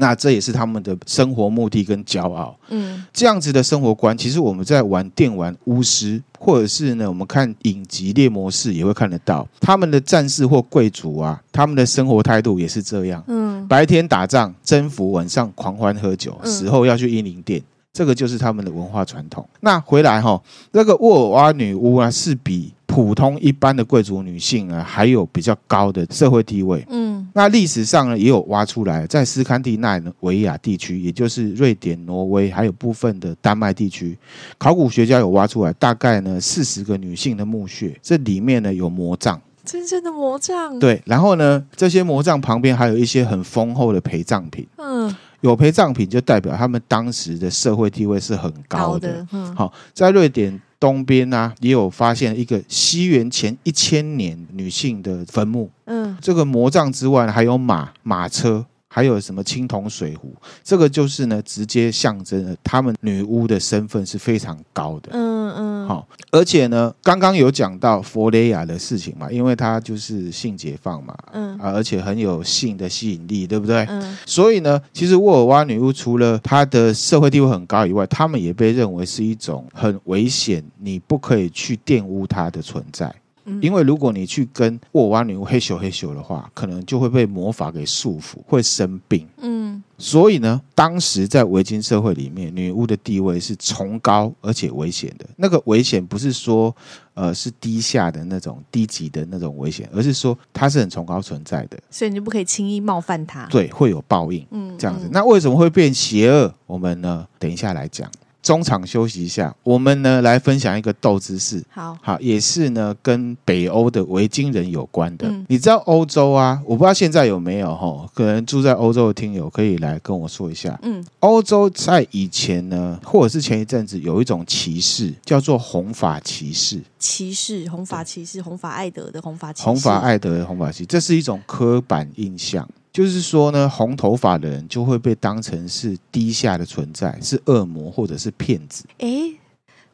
Speaker 1: 那这也是他们的生活目的跟骄傲。
Speaker 2: 嗯，
Speaker 1: 这样子的生活观，其实我们在玩电玩巫师，或者是呢，我们看影集《猎魔士》也会看得到，他们的战士或贵族啊，他们的生活态度也是这样：
Speaker 2: 嗯，
Speaker 1: 白天打仗征服，晚上狂欢喝酒，
Speaker 2: 嗯
Speaker 1: 死后要去英灵殿。这个就是他们的文化传统。那回来哈、那个沃尔瓦女巫啊，是比普通一般的贵族女性啊，还有比较高的社会地位。
Speaker 2: 嗯，
Speaker 1: 那历史上呢，也有挖出来，在斯堪的纳维亚地区，也就是瑞典、挪威，还有部分的丹麦地区，考古学家有挖出来，大概呢四十个女性的墓穴，这里面呢有魔杖，
Speaker 2: 真正的魔杖，，
Speaker 1: 对，然后呢这些魔杖旁边还有一些很丰厚的陪葬品，
Speaker 2: 嗯，
Speaker 1: 有陪葬品就代表他们当时的社会地位是很高
Speaker 2: 高
Speaker 1: 的。
Speaker 2: 的，嗯，
Speaker 1: 好、在瑞典东边呢、也有发现一个西元前一千年女性的坟墓，
Speaker 2: 嗯，
Speaker 1: 这个魔杖之外，还有马、马车，还有什么青铜水壶，这个就是呢，直接象征了他们女巫的身份是非常高的。
Speaker 2: 嗯，嗯，
Speaker 1: 好、而且呢，刚刚有讲到佛雷亚的事情嘛，因为她就是性解放嘛，
Speaker 2: 嗯，
Speaker 1: 啊，而且很有性的吸引力，对不对？
Speaker 2: 嗯，
Speaker 1: 所以呢，其实沃尔瓦女巫除了她的社会地位很高以外，她们也被认为是一种很危险，你不可以去玷污她的存在。
Speaker 2: 嗯
Speaker 1: 因为如果你去跟沃尔瓦女巫嘿咻嘿咻的话，可能就会被魔法给束缚，会生病。
Speaker 2: 嗯，
Speaker 1: 所以呢，当时在维京社会里面，女巫的地位是崇高而且危险的。那个危险不是说，呃，是低下的那种低级的那种危险，而是说它是很崇高存在的，
Speaker 2: 所以你就不可以轻易冒犯他，
Speaker 1: 对，会有报应。
Speaker 2: 嗯，
Speaker 1: 这样子
Speaker 2: 嗯。
Speaker 1: 那为什么会变邪恶？我们呢，等一下来讲。中场休息一下，我们呢来分享一个斗知识。
Speaker 2: 好，
Speaker 1: 好，也是呢，跟北欧的维京人有关的。
Speaker 2: 嗯
Speaker 1: 你知道欧洲啊？我不知道现在有没有哈，可能住在欧洲的听友可以来跟我说一下。
Speaker 2: 嗯，
Speaker 1: 欧洲在以前呢，或者是前一阵子有一种骑士叫做红发骑士，
Speaker 2: 骑士，红发骑士，红发艾德的红发骑士，
Speaker 1: 红发，艾德的红发骑士，这是一种刻板印象。就是说呢，红头发的人就会被当成是低下的存在，是恶魔或者是骗子。
Speaker 2: 哎，《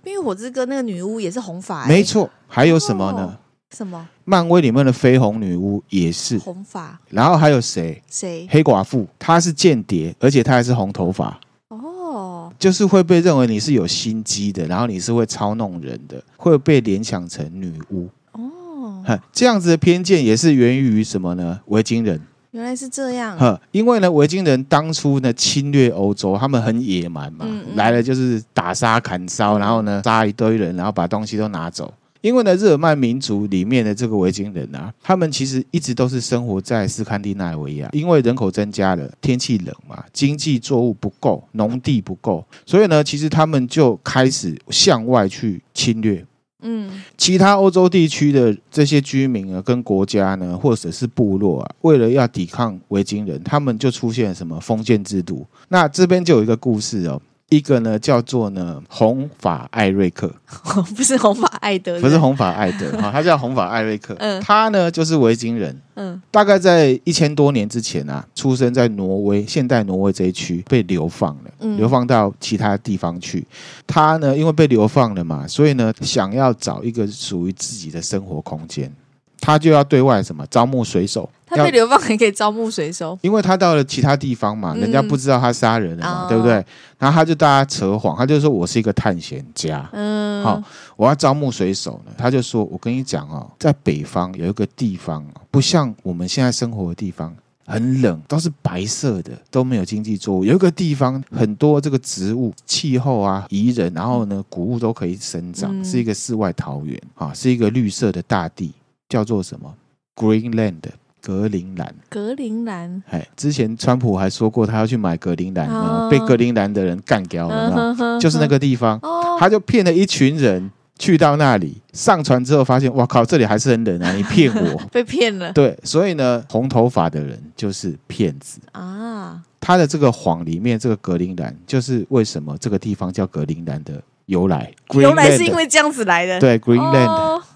Speaker 2: 冰与火之歌》那个女巫也是红发、诶
Speaker 1: 没，错，还有什么
Speaker 2: 哎
Speaker 1: 呢？
Speaker 2: 什么
Speaker 1: 漫威里面的绯红女巫也是。
Speaker 2: 红发？
Speaker 1: 然后还有谁？
Speaker 2: 谁？
Speaker 1: 黑寡妇，她是间谍，而且她还是红头发，
Speaker 2: 哦，
Speaker 1: 就是会被认为你是有心机的，然后你是会操弄人的，会被联想成女巫。
Speaker 2: 哦，
Speaker 1: 哼，这样子的偏见也是源于什么呢？维京人。
Speaker 2: 原来是这样。
Speaker 1: 哼，因为呢，维京人当初呢侵略欧洲，他们很野蛮嘛，
Speaker 2: 嗯嗯嗯
Speaker 1: 来了就是打杀、砍烧，然后呢杀一堆人，然后把东西都拿走。因为呢，日耳曼民族里面的这个维京人啊，他们其实一直都是生活在斯堪的纳维亚，因为人口增加了，天气冷嘛，经济作物不够，农地不够，所以呢，其实他们就开始向外去侵略。
Speaker 2: 嗯，
Speaker 1: 其他欧洲地区的这些居民啊，跟国家呢，或者是部落啊，为了要抵抗维京人，他们就出现了什么封建制度。那这边就有一个故事哦，一个呢叫做呢红发艾瑞克，
Speaker 2: 不是红发艾德，
Speaker 1: 不是，红发艾 德哈，他叫红发艾瑞克，
Speaker 2: 嗯
Speaker 1: 他呢就是维京人，
Speaker 2: 嗯
Speaker 1: 大概在一千多年之前啊，出生在挪威，现代挪威这一区被流放了，
Speaker 2: 嗯
Speaker 1: 流放到其他地方去。他呢，因为被流放了嘛，所以呢，想要找一个属于自己的生活空间，他就要对外什么招募水手。
Speaker 2: 他
Speaker 1: 要
Speaker 2: 被流放还可以招募水手，
Speaker 1: 因为他到了其他地方嘛，
Speaker 2: 嗯
Speaker 1: 人家不知道他杀人了嘛，
Speaker 2: 哦
Speaker 1: 对不对？然后他就大家扯谎，他就说我是一个探险家，
Speaker 2: 嗯，
Speaker 1: 好、我要招募水手呢，他就说：“我跟你讲哦，在北方有一个地方哦，不像我们现在生活的地方，很冷，都是白色的，都没有经济作物。有一个地方很多这个植物、气候啊、宜人，然后呢，谷物都可以生长，
Speaker 2: 嗯
Speaker 1: 是一个世外桃源啊，是一个绿色的大地，叫做什么？Greenland。”格陵兰，
Speaker 2: 格陵兰，
Speaker 1: 哎，之前川普还说过他要去买格陵兰，有没有
Speaker 2: 哦
Speaker 1: 被格陵兰的人干掉
Speaker 2: 嗯
Speaker 1: 了，有没有就是那
Speaker 2: 个
Speaker 1: 个地方。
Speaker 2: 哦，
Speaker 1: 他就骗了一群人去到那里，上船之后发现，哇靠，这里还是很冷 啊！你骗我，
Speaker 2: 被骗了
Speaker 1: 对，所以呢，红头发的人就是骗子。
Speaker 2: 啊，
Speaker 1: 他的这个谎里面，这个格陵兰就是为什么这个地方叫格陵兰的由来。
Speaker 2: 原来是
Speaker 1: Greenland
Speaker 2: 因为这样子来的，
Speaker 1: 对 Greenland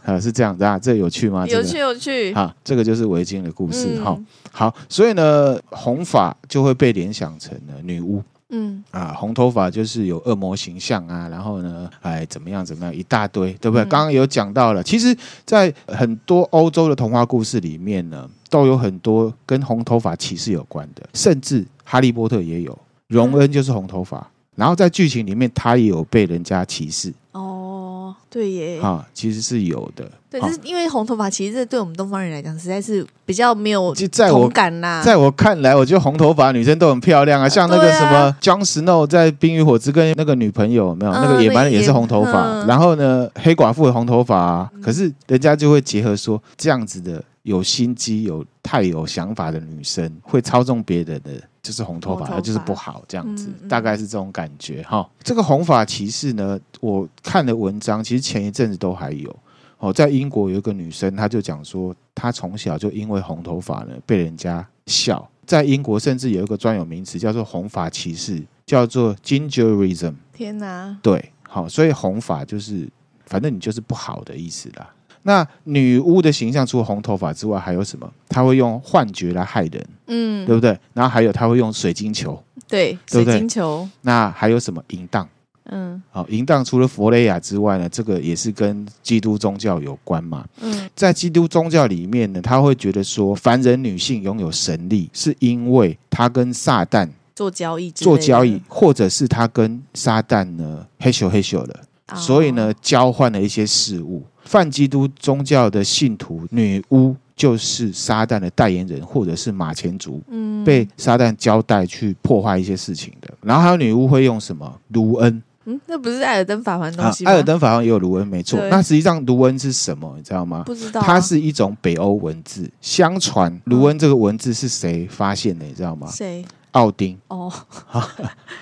Speaker 1: 啊、
Speaker 2: 哦
Speaker 1: 是这样子啊，这有趣吗？
Speaker 2: 有
Speaker 1: 这
Speaker 2: 趣
Speaker 1: 个
Speaker 2: 有趣，
Speaker 1: 啊，这个就是维京的故事
Speaker 2: 嗯
Speaker 1: 哈、好，所以呢，红发就会被联想成了女巫。
Speaker 2: 嗯
Speaker 1: 啊，红头发就是有恶魔形象啊，然后呢，哎，怎么样怎么样，一大堆，对不对？
Speaker 2: 嗯
Speaker 1: 刚刚有讲到了，其实，在很多欧洲的童话故事里面呢，都有很多跟红头发骑士有关的，甚至哈利波特也有，荣恩就是红头
Speaker 2: 嗯
Speaker 1: 发，然后在剧情里面他也有被人家歧视
Speaker 2: 哦，对耶，
Speaker 1: 啊，其实是有的。
Speaker 2: 对，
Speaker 1: 啊
Speaker 2: 就是因为红头发，其实这对我们东方人来讲，实在是比较没有
Speaker 1: 就在我
Speaker 2: 同感啦。
Speaker 1: 在我看来，我觉得红头发女生都很漂亮啊，像那个
Speaker 2: 对啊
Speaker 1: 什么 Jon Snow 在《冰与火之歌》那个女朋友有没有，
Speaker 2: 嗯
Speaker 1: 那个野蛮人也是红头
Speaker 2: 那个
Speaker 1: 发，
Speaker 2: 野
Speaker 1: 然后呢，黑寡妇也红头发啊，
Speaker 2: 嗯
Speaker 1: 可是人家就会结合说，这样子的有心机、有太有想法的女生，会操纵别人的。就是红头发，
Speaker 2: 红头发
Speaker 1: 那就是不好，这样子
Speaker 2: 嗯，嗯
Speaker 1: 大概是这种感觉哈。这个红发骑士呢，我看的文章其实前一阵子都还有，哦，在英国有一个女生，她就讲说，她从小就因为红头发呢被人家笑。在英国，甚至有一个专有名词叫做“红发歧视”，叫做 “gingerism”。
Speaker 2: 天哪，
Speaker 1: 对，好、所以红发就是，反正你就是不好的意思啦。那女巫的形象除了红头发之外，还有什么？她会用幻觉来害人，
Speaker 2: 嗯，
Speaker 1: 对不对？然后还有她会用水晶球，
Speaker 2: 对，
Speaker 1: 对不
Speaker 2: 水
Speaker 1: 对
Speaker 2: 晶球，
Speaker 1: 那还有什么淫荡？
Speaker 2: 嗯
Speaker 1: 好、淫荡除了佛雷亚之外呢，这个也是跟基督宗教有关嘛。
Speaker 2: 嗯
Speaker 1: 在基督宗教里面呢，他会觉得说，凡人女性拥有神力，是因为她跟撒旦
Speaker 2: 做交易之类
Speaker 1: 做
Speaker 2: 的，
Speaker 1: 交易，或者是她跟撒旦呢嘿咻嘿咻了，
Speaker 2: 哦
Speaker 1: 所以呢，交换了一些事物。泛基督宗教的信徒女巫就是撒旦的代言人，或者是马前卒，
Speaker 2: 嗯
Speaker 1: 被撒旦交代去破坏一些事情的。然后还有女巫会用什么卢恩
Speaker 2: 嗯，那不是艾尔登法环的东西吗？
Speaker 1: 啊艾尔登法环也有卢恩，没错。
Speaker 2: 对
Speaker 1: 那实际上卢恩是什么，你知道吗？
Speaker 2: 不知道啊，嗯
Speaker 1: 它是一种北欧文字。相传卢恩这个文字是谁发现的？你知道吗？
Speaker 2: 谁？
Speaker 1: 奥丁
Speaker 2: 哦，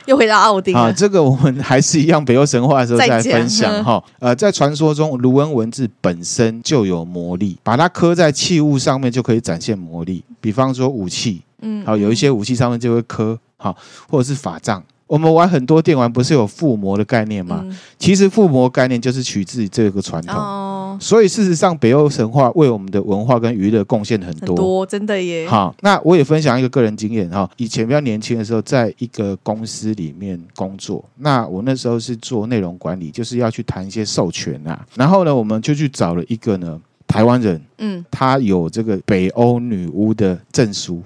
Speaker 2: 又回到奥丁
Speaker 1: 啊，
Speaker 2: 了，
Speaker 1: 这个我们还是一样北欧神话的时候
Speaker 2: 再
Speaker 1: 再
Speaker 2: 讲
Speaker 1: 分享哈。呃，在传说中，卢恩文字本身就有魔力，把它刻在器物上面就可以展现魔力。比方说武器，
Speaker 2: 嗯，
Speaker 1: 好，有一些武器上面就会刻好，或者是法杖。我们玩很多电玩不是有附魔的概念吗？
Speaker 2: 嗯
Speaker 1: 其实附魔概念就是取自于这个传统。
Speaker 2: 哦，
Speaker 1: 所以事实上，北欧神话为我们的文化跟娱乐贡献很
Speaker 2: 很多真的耶，
Speaker 1: 好，那我也分享一个个人经验哈。以前比较年轻的时候，在一个公司里面工作，那我那时候是做内容管理，就是要去谈一些授权啊。然后呢，我们就去找了一个呢台湾人，
Speaker 2: 嗯，
Speaker 1: 他有这个北欧女巫的证书，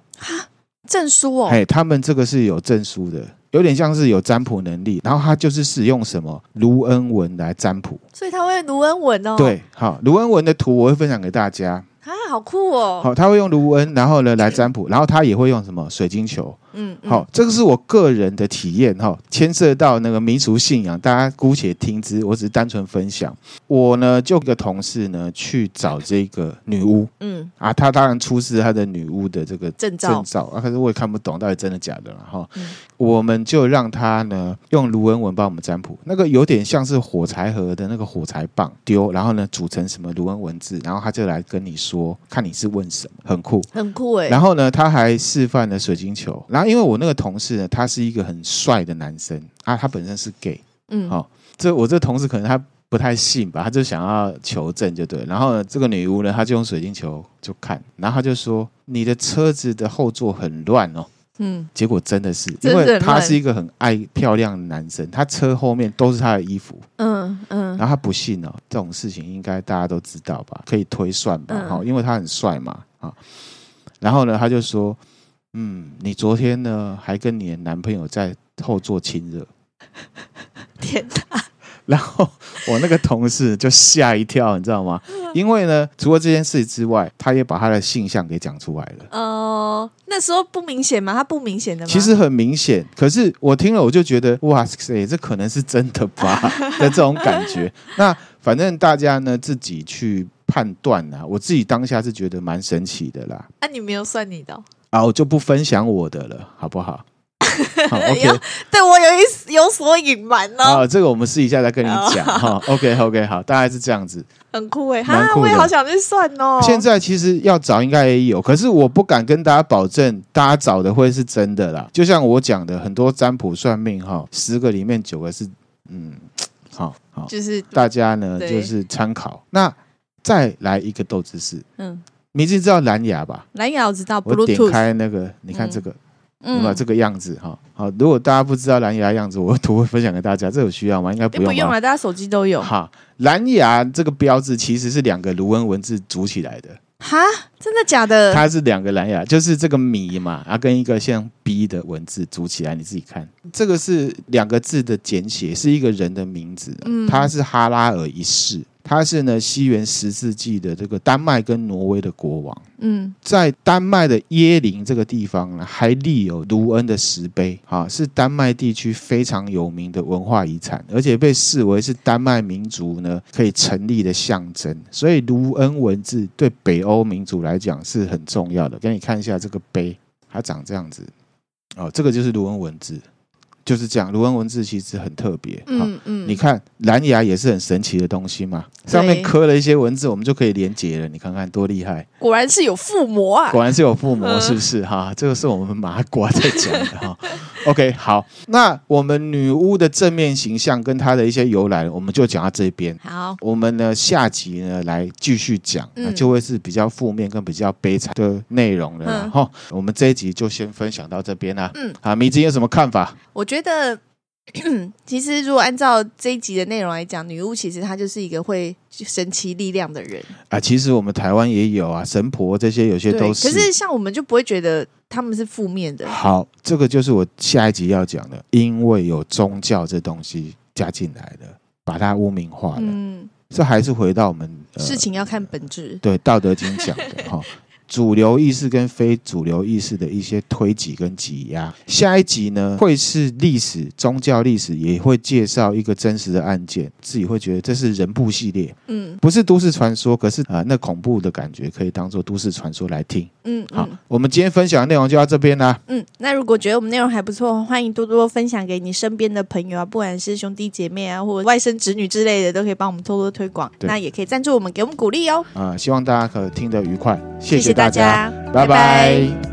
Speaker 2: 证书哦，
Speaker 1: 哎、他们这个是有证书的。有点像是有占卜能力，然后他就是使用什么卢恩文来占卜。
Speaker 2: 所以他会卢恩文哦，
Speaker 1: 对，好，卢恩文的图我会分享给大家。
Speaker 2: 啊，好酷哦，
Speaker 1: 好，他会用卢恩，然后呢来占卜，然后他也会用什么水晶球，
Speaker 2: 嗯，嗯
Speaker 1: 好，这个是我个人的体验哈，牵涉到那个民俗信仰，大家姑且听之，我只是单纯分享。我呢，就一个同事呢去找这个女巫
Speaker 2: 嗯，
Speaker 1: 啊，她当然出示她的女巫的这个
Speaker 2: 证照
Speaker 1: 证照啊，可是我也看不懂到底真的假的了哈。
Speaker 2: 嗯
Speaker 1: 我们就让她呢用卢恩文帮我们占卜，那个有点像是火柴盒的那个火柴棒丢，然后呢组成什么卢恩文字，然后她就来跟你说，看你是问什么，很酷。
Speaker 2: 很酷哎、
Speaker 1: 然后呢，他还示范了水晶球。然后因为我那个同事呢，他是一个很帅的男生啊，他本身是 gay。
Speaker 2: 嗯，
Speaker 1: 好这我这同事可能他不太信吧，他就想要求证就对。然后呢，这个女巫呢，她就用水晶球就看，然后她就说：“你的车子的后座很乱哦。”
Speaker 2: 嗯，
Speaker 1: 结果真的是，
Speaker 2: 真
Speaker 1: 因
Speaker 2: 的
Speaker 1: 为
Speaker 2: 很
Speaker 1: 他
Speaker 2: 乱
Speaker 1: 是一个很爱漂亮的男生，他车后面都是他的衣服，
Speaker 2: 嗯嗯
Speaker 1: 然后他不信哦，这种事情应该大家都知道吧？可以推算吧，
Speaker 2: 嗯
Speaker 1: 哈、因为他很帅嘛，啊。然后呢，他就说，嗯，你昨天呢还跟你的男朋友在后座亲热，
Speaker 2: 天哪，
Speaker 1: 然后我那个同事就吓一跳，你知道吗？因为呢，除了这件事之外，他也把他的性向给讲出来了。
Speaker 2: 哦、那时候不明显吗？它不明显的吗？
Speaker 1: 其实很明显，可是我听了我就觉得，哇塞，这可能是真的吧的这种感觉。那反正大家呢自己去判断啊，我自己当下是觉得蛮神奇的啦。
Speaker 2: 啊，你没有算你的哦、
Speaker 1: 啊，我就不分享我的了，好不好？好，OK，
Speaker 2: 对我有一有所隐瞒呢、
Speaker 1: 啊，这个我们私底下再跟你讲哈。OK，OK，好，大概是这样子。
Speaker 2: 很酷哎、
Speaker 1: 蛮
Speaker 2: 哈，
Speaker 1: 酷的
Speaker 2: 我也好想去算哦。
Speaker 1: 现在其实要找应该也有，可是我不敢跟大家保证，大家找的会是真的啦。就像我讲的，很多占卜算命哈，十个里面九个是嗯，好好，
Speaker 2: 就是
Speaker 1: 大家呢
Speaker 2: 对
Speaker 1: 就是参考。那再来一个斗知识，
Speaker 2: 嗯，
Speaker 1: 你知道蓝牙吧？
Speaker 2: 蓝牙我知道
Speaker 1: 我点
Speaker 2: ，Bluetooth，
Speaker 1: 开那个，你看
Speaker 2: 嗯
Speaker 1: 这个，有没有
Speaker 2: 嗯，
Speaker 1: 这个样子哈？好，如果大家不知道蓝牙的样子，我有图会分享给大家，这有需要吗？应该
Speaker 2: 诶
Speaker 1: 不
Speaker 2: 不
Speaker 1: 用
Speaker 2: 用
Speaker 1: 吧。
Speaker 2: 了，大家手机都有。
Speaker 1: 好，蓝牙这个标志其实是两个卢恩文字组起来的，
Speaker 2: 哈，真的假的？
Speaker 1: 它是两个蓝牙，就是这个米嘛，啊，跟一个像 B 的文字组起来，你自己看，这个是两个字的简写，是一个人的名字，
Speaker 2: 嗯
Speaker 1: 他是哈拉尔一世，他是呢西元十世纪的这个丹麦跟挪威的国王。
Speaker 2: 嗯
Speaker 1: 在丹麦的耶林这个地方呢，还立有卢恩的石碑，啊，是丹麦地区非常有名的文化遗产，而且被视为是丹麦民族呢可以成立的象征。所以卢恩文字对北欧民族来讲是很重要的。给你看一下这个碑，它长这样子，哦，这个就是卢恩文字，就是这样。卢恩文字其实很特别，啊
Speaker 2: 嗯嗯，
Speaker 1: 你看蓝牙也是很神奇的东西嘛，上面
Speaker 2: 对
Speaker 1: 刻了一些文字，我们就可以连接了。你看看多厉害！
Speaker 2: 果然是有附魔 啊。
Speaker 1: 果然是有附魔，
Speaker 2: 嗯
Speaker 1: 是不是哈？这个是我们麻瓜在讲的 哈。OK，好，那我们女巫的正面形象跟她的一些由来，我们就讲到这边。
Speaker 2: 好，
Speaker 1: 我们呢下集呢来继续讲，
Speaker 2: 嗯
Speaker 1: 那就会是比较负面跟比较悲惨的内容了啦
Speaker 2: 嗯
Speaker 1: 哈、我们这一集就先分享到这边啦。啊
Speaker 2: 嗯，
Speaker 1: 好，迷之有什么看法？
Speaker 2: 我觉得 其实如果按照这一集的内容来讲，女巫其实她就是一个会神奇力量的人，
Speaker 1: 啊，其实我们台湾也有啊，神婆这些有些都
Speaker 2: 可是像我们就不会觉得他们是负面的，
Speaker 1: 好，这个就是我下一集要讲的，因为有宗教这东西加进来了，把它污名化了。
Speaker 2: 嗯，
Speaker 1: 这还是回到我们、呃
Speaker 2: 事情要看本质，
Speaker 1: 对《道德经》讲的 哈、主流意识跟非主流意识的一些推挤跟挤压。下一集呢会是历史、宗教历史，也会介绍一个真实的案件，自己会觉得这是人部系列，
Speaker 2: 嗯
Speaker 1: 不是都市传说，可是啊、呃那恐怖的感觉可以当做都市传说来听。
Speaker 2: 嗯
Speaker 1: 好，
Speaker 2: 嗯
Speaker 1: 我们今天分享的内容就到这边啦。
Speaker 2: 嗯。那如果觉得我们内容还不错，欢迎多多分享给你身边的朋友啊，不管是兄弟姐妹啊，或者外甥侄女之类的，都可以帮我们多多推广。
Speaker 1: 对
Speaker 2: 那也可以赞助我们，给我们鼓励哦。
Speaker 1: 啊、希望大家可以听得愉快，
Speaker 2: 谢
Speaker 1: 谢大
Speaker 2: 大家，
Speaker 1: 拜拜
Speaker 2: 拜拜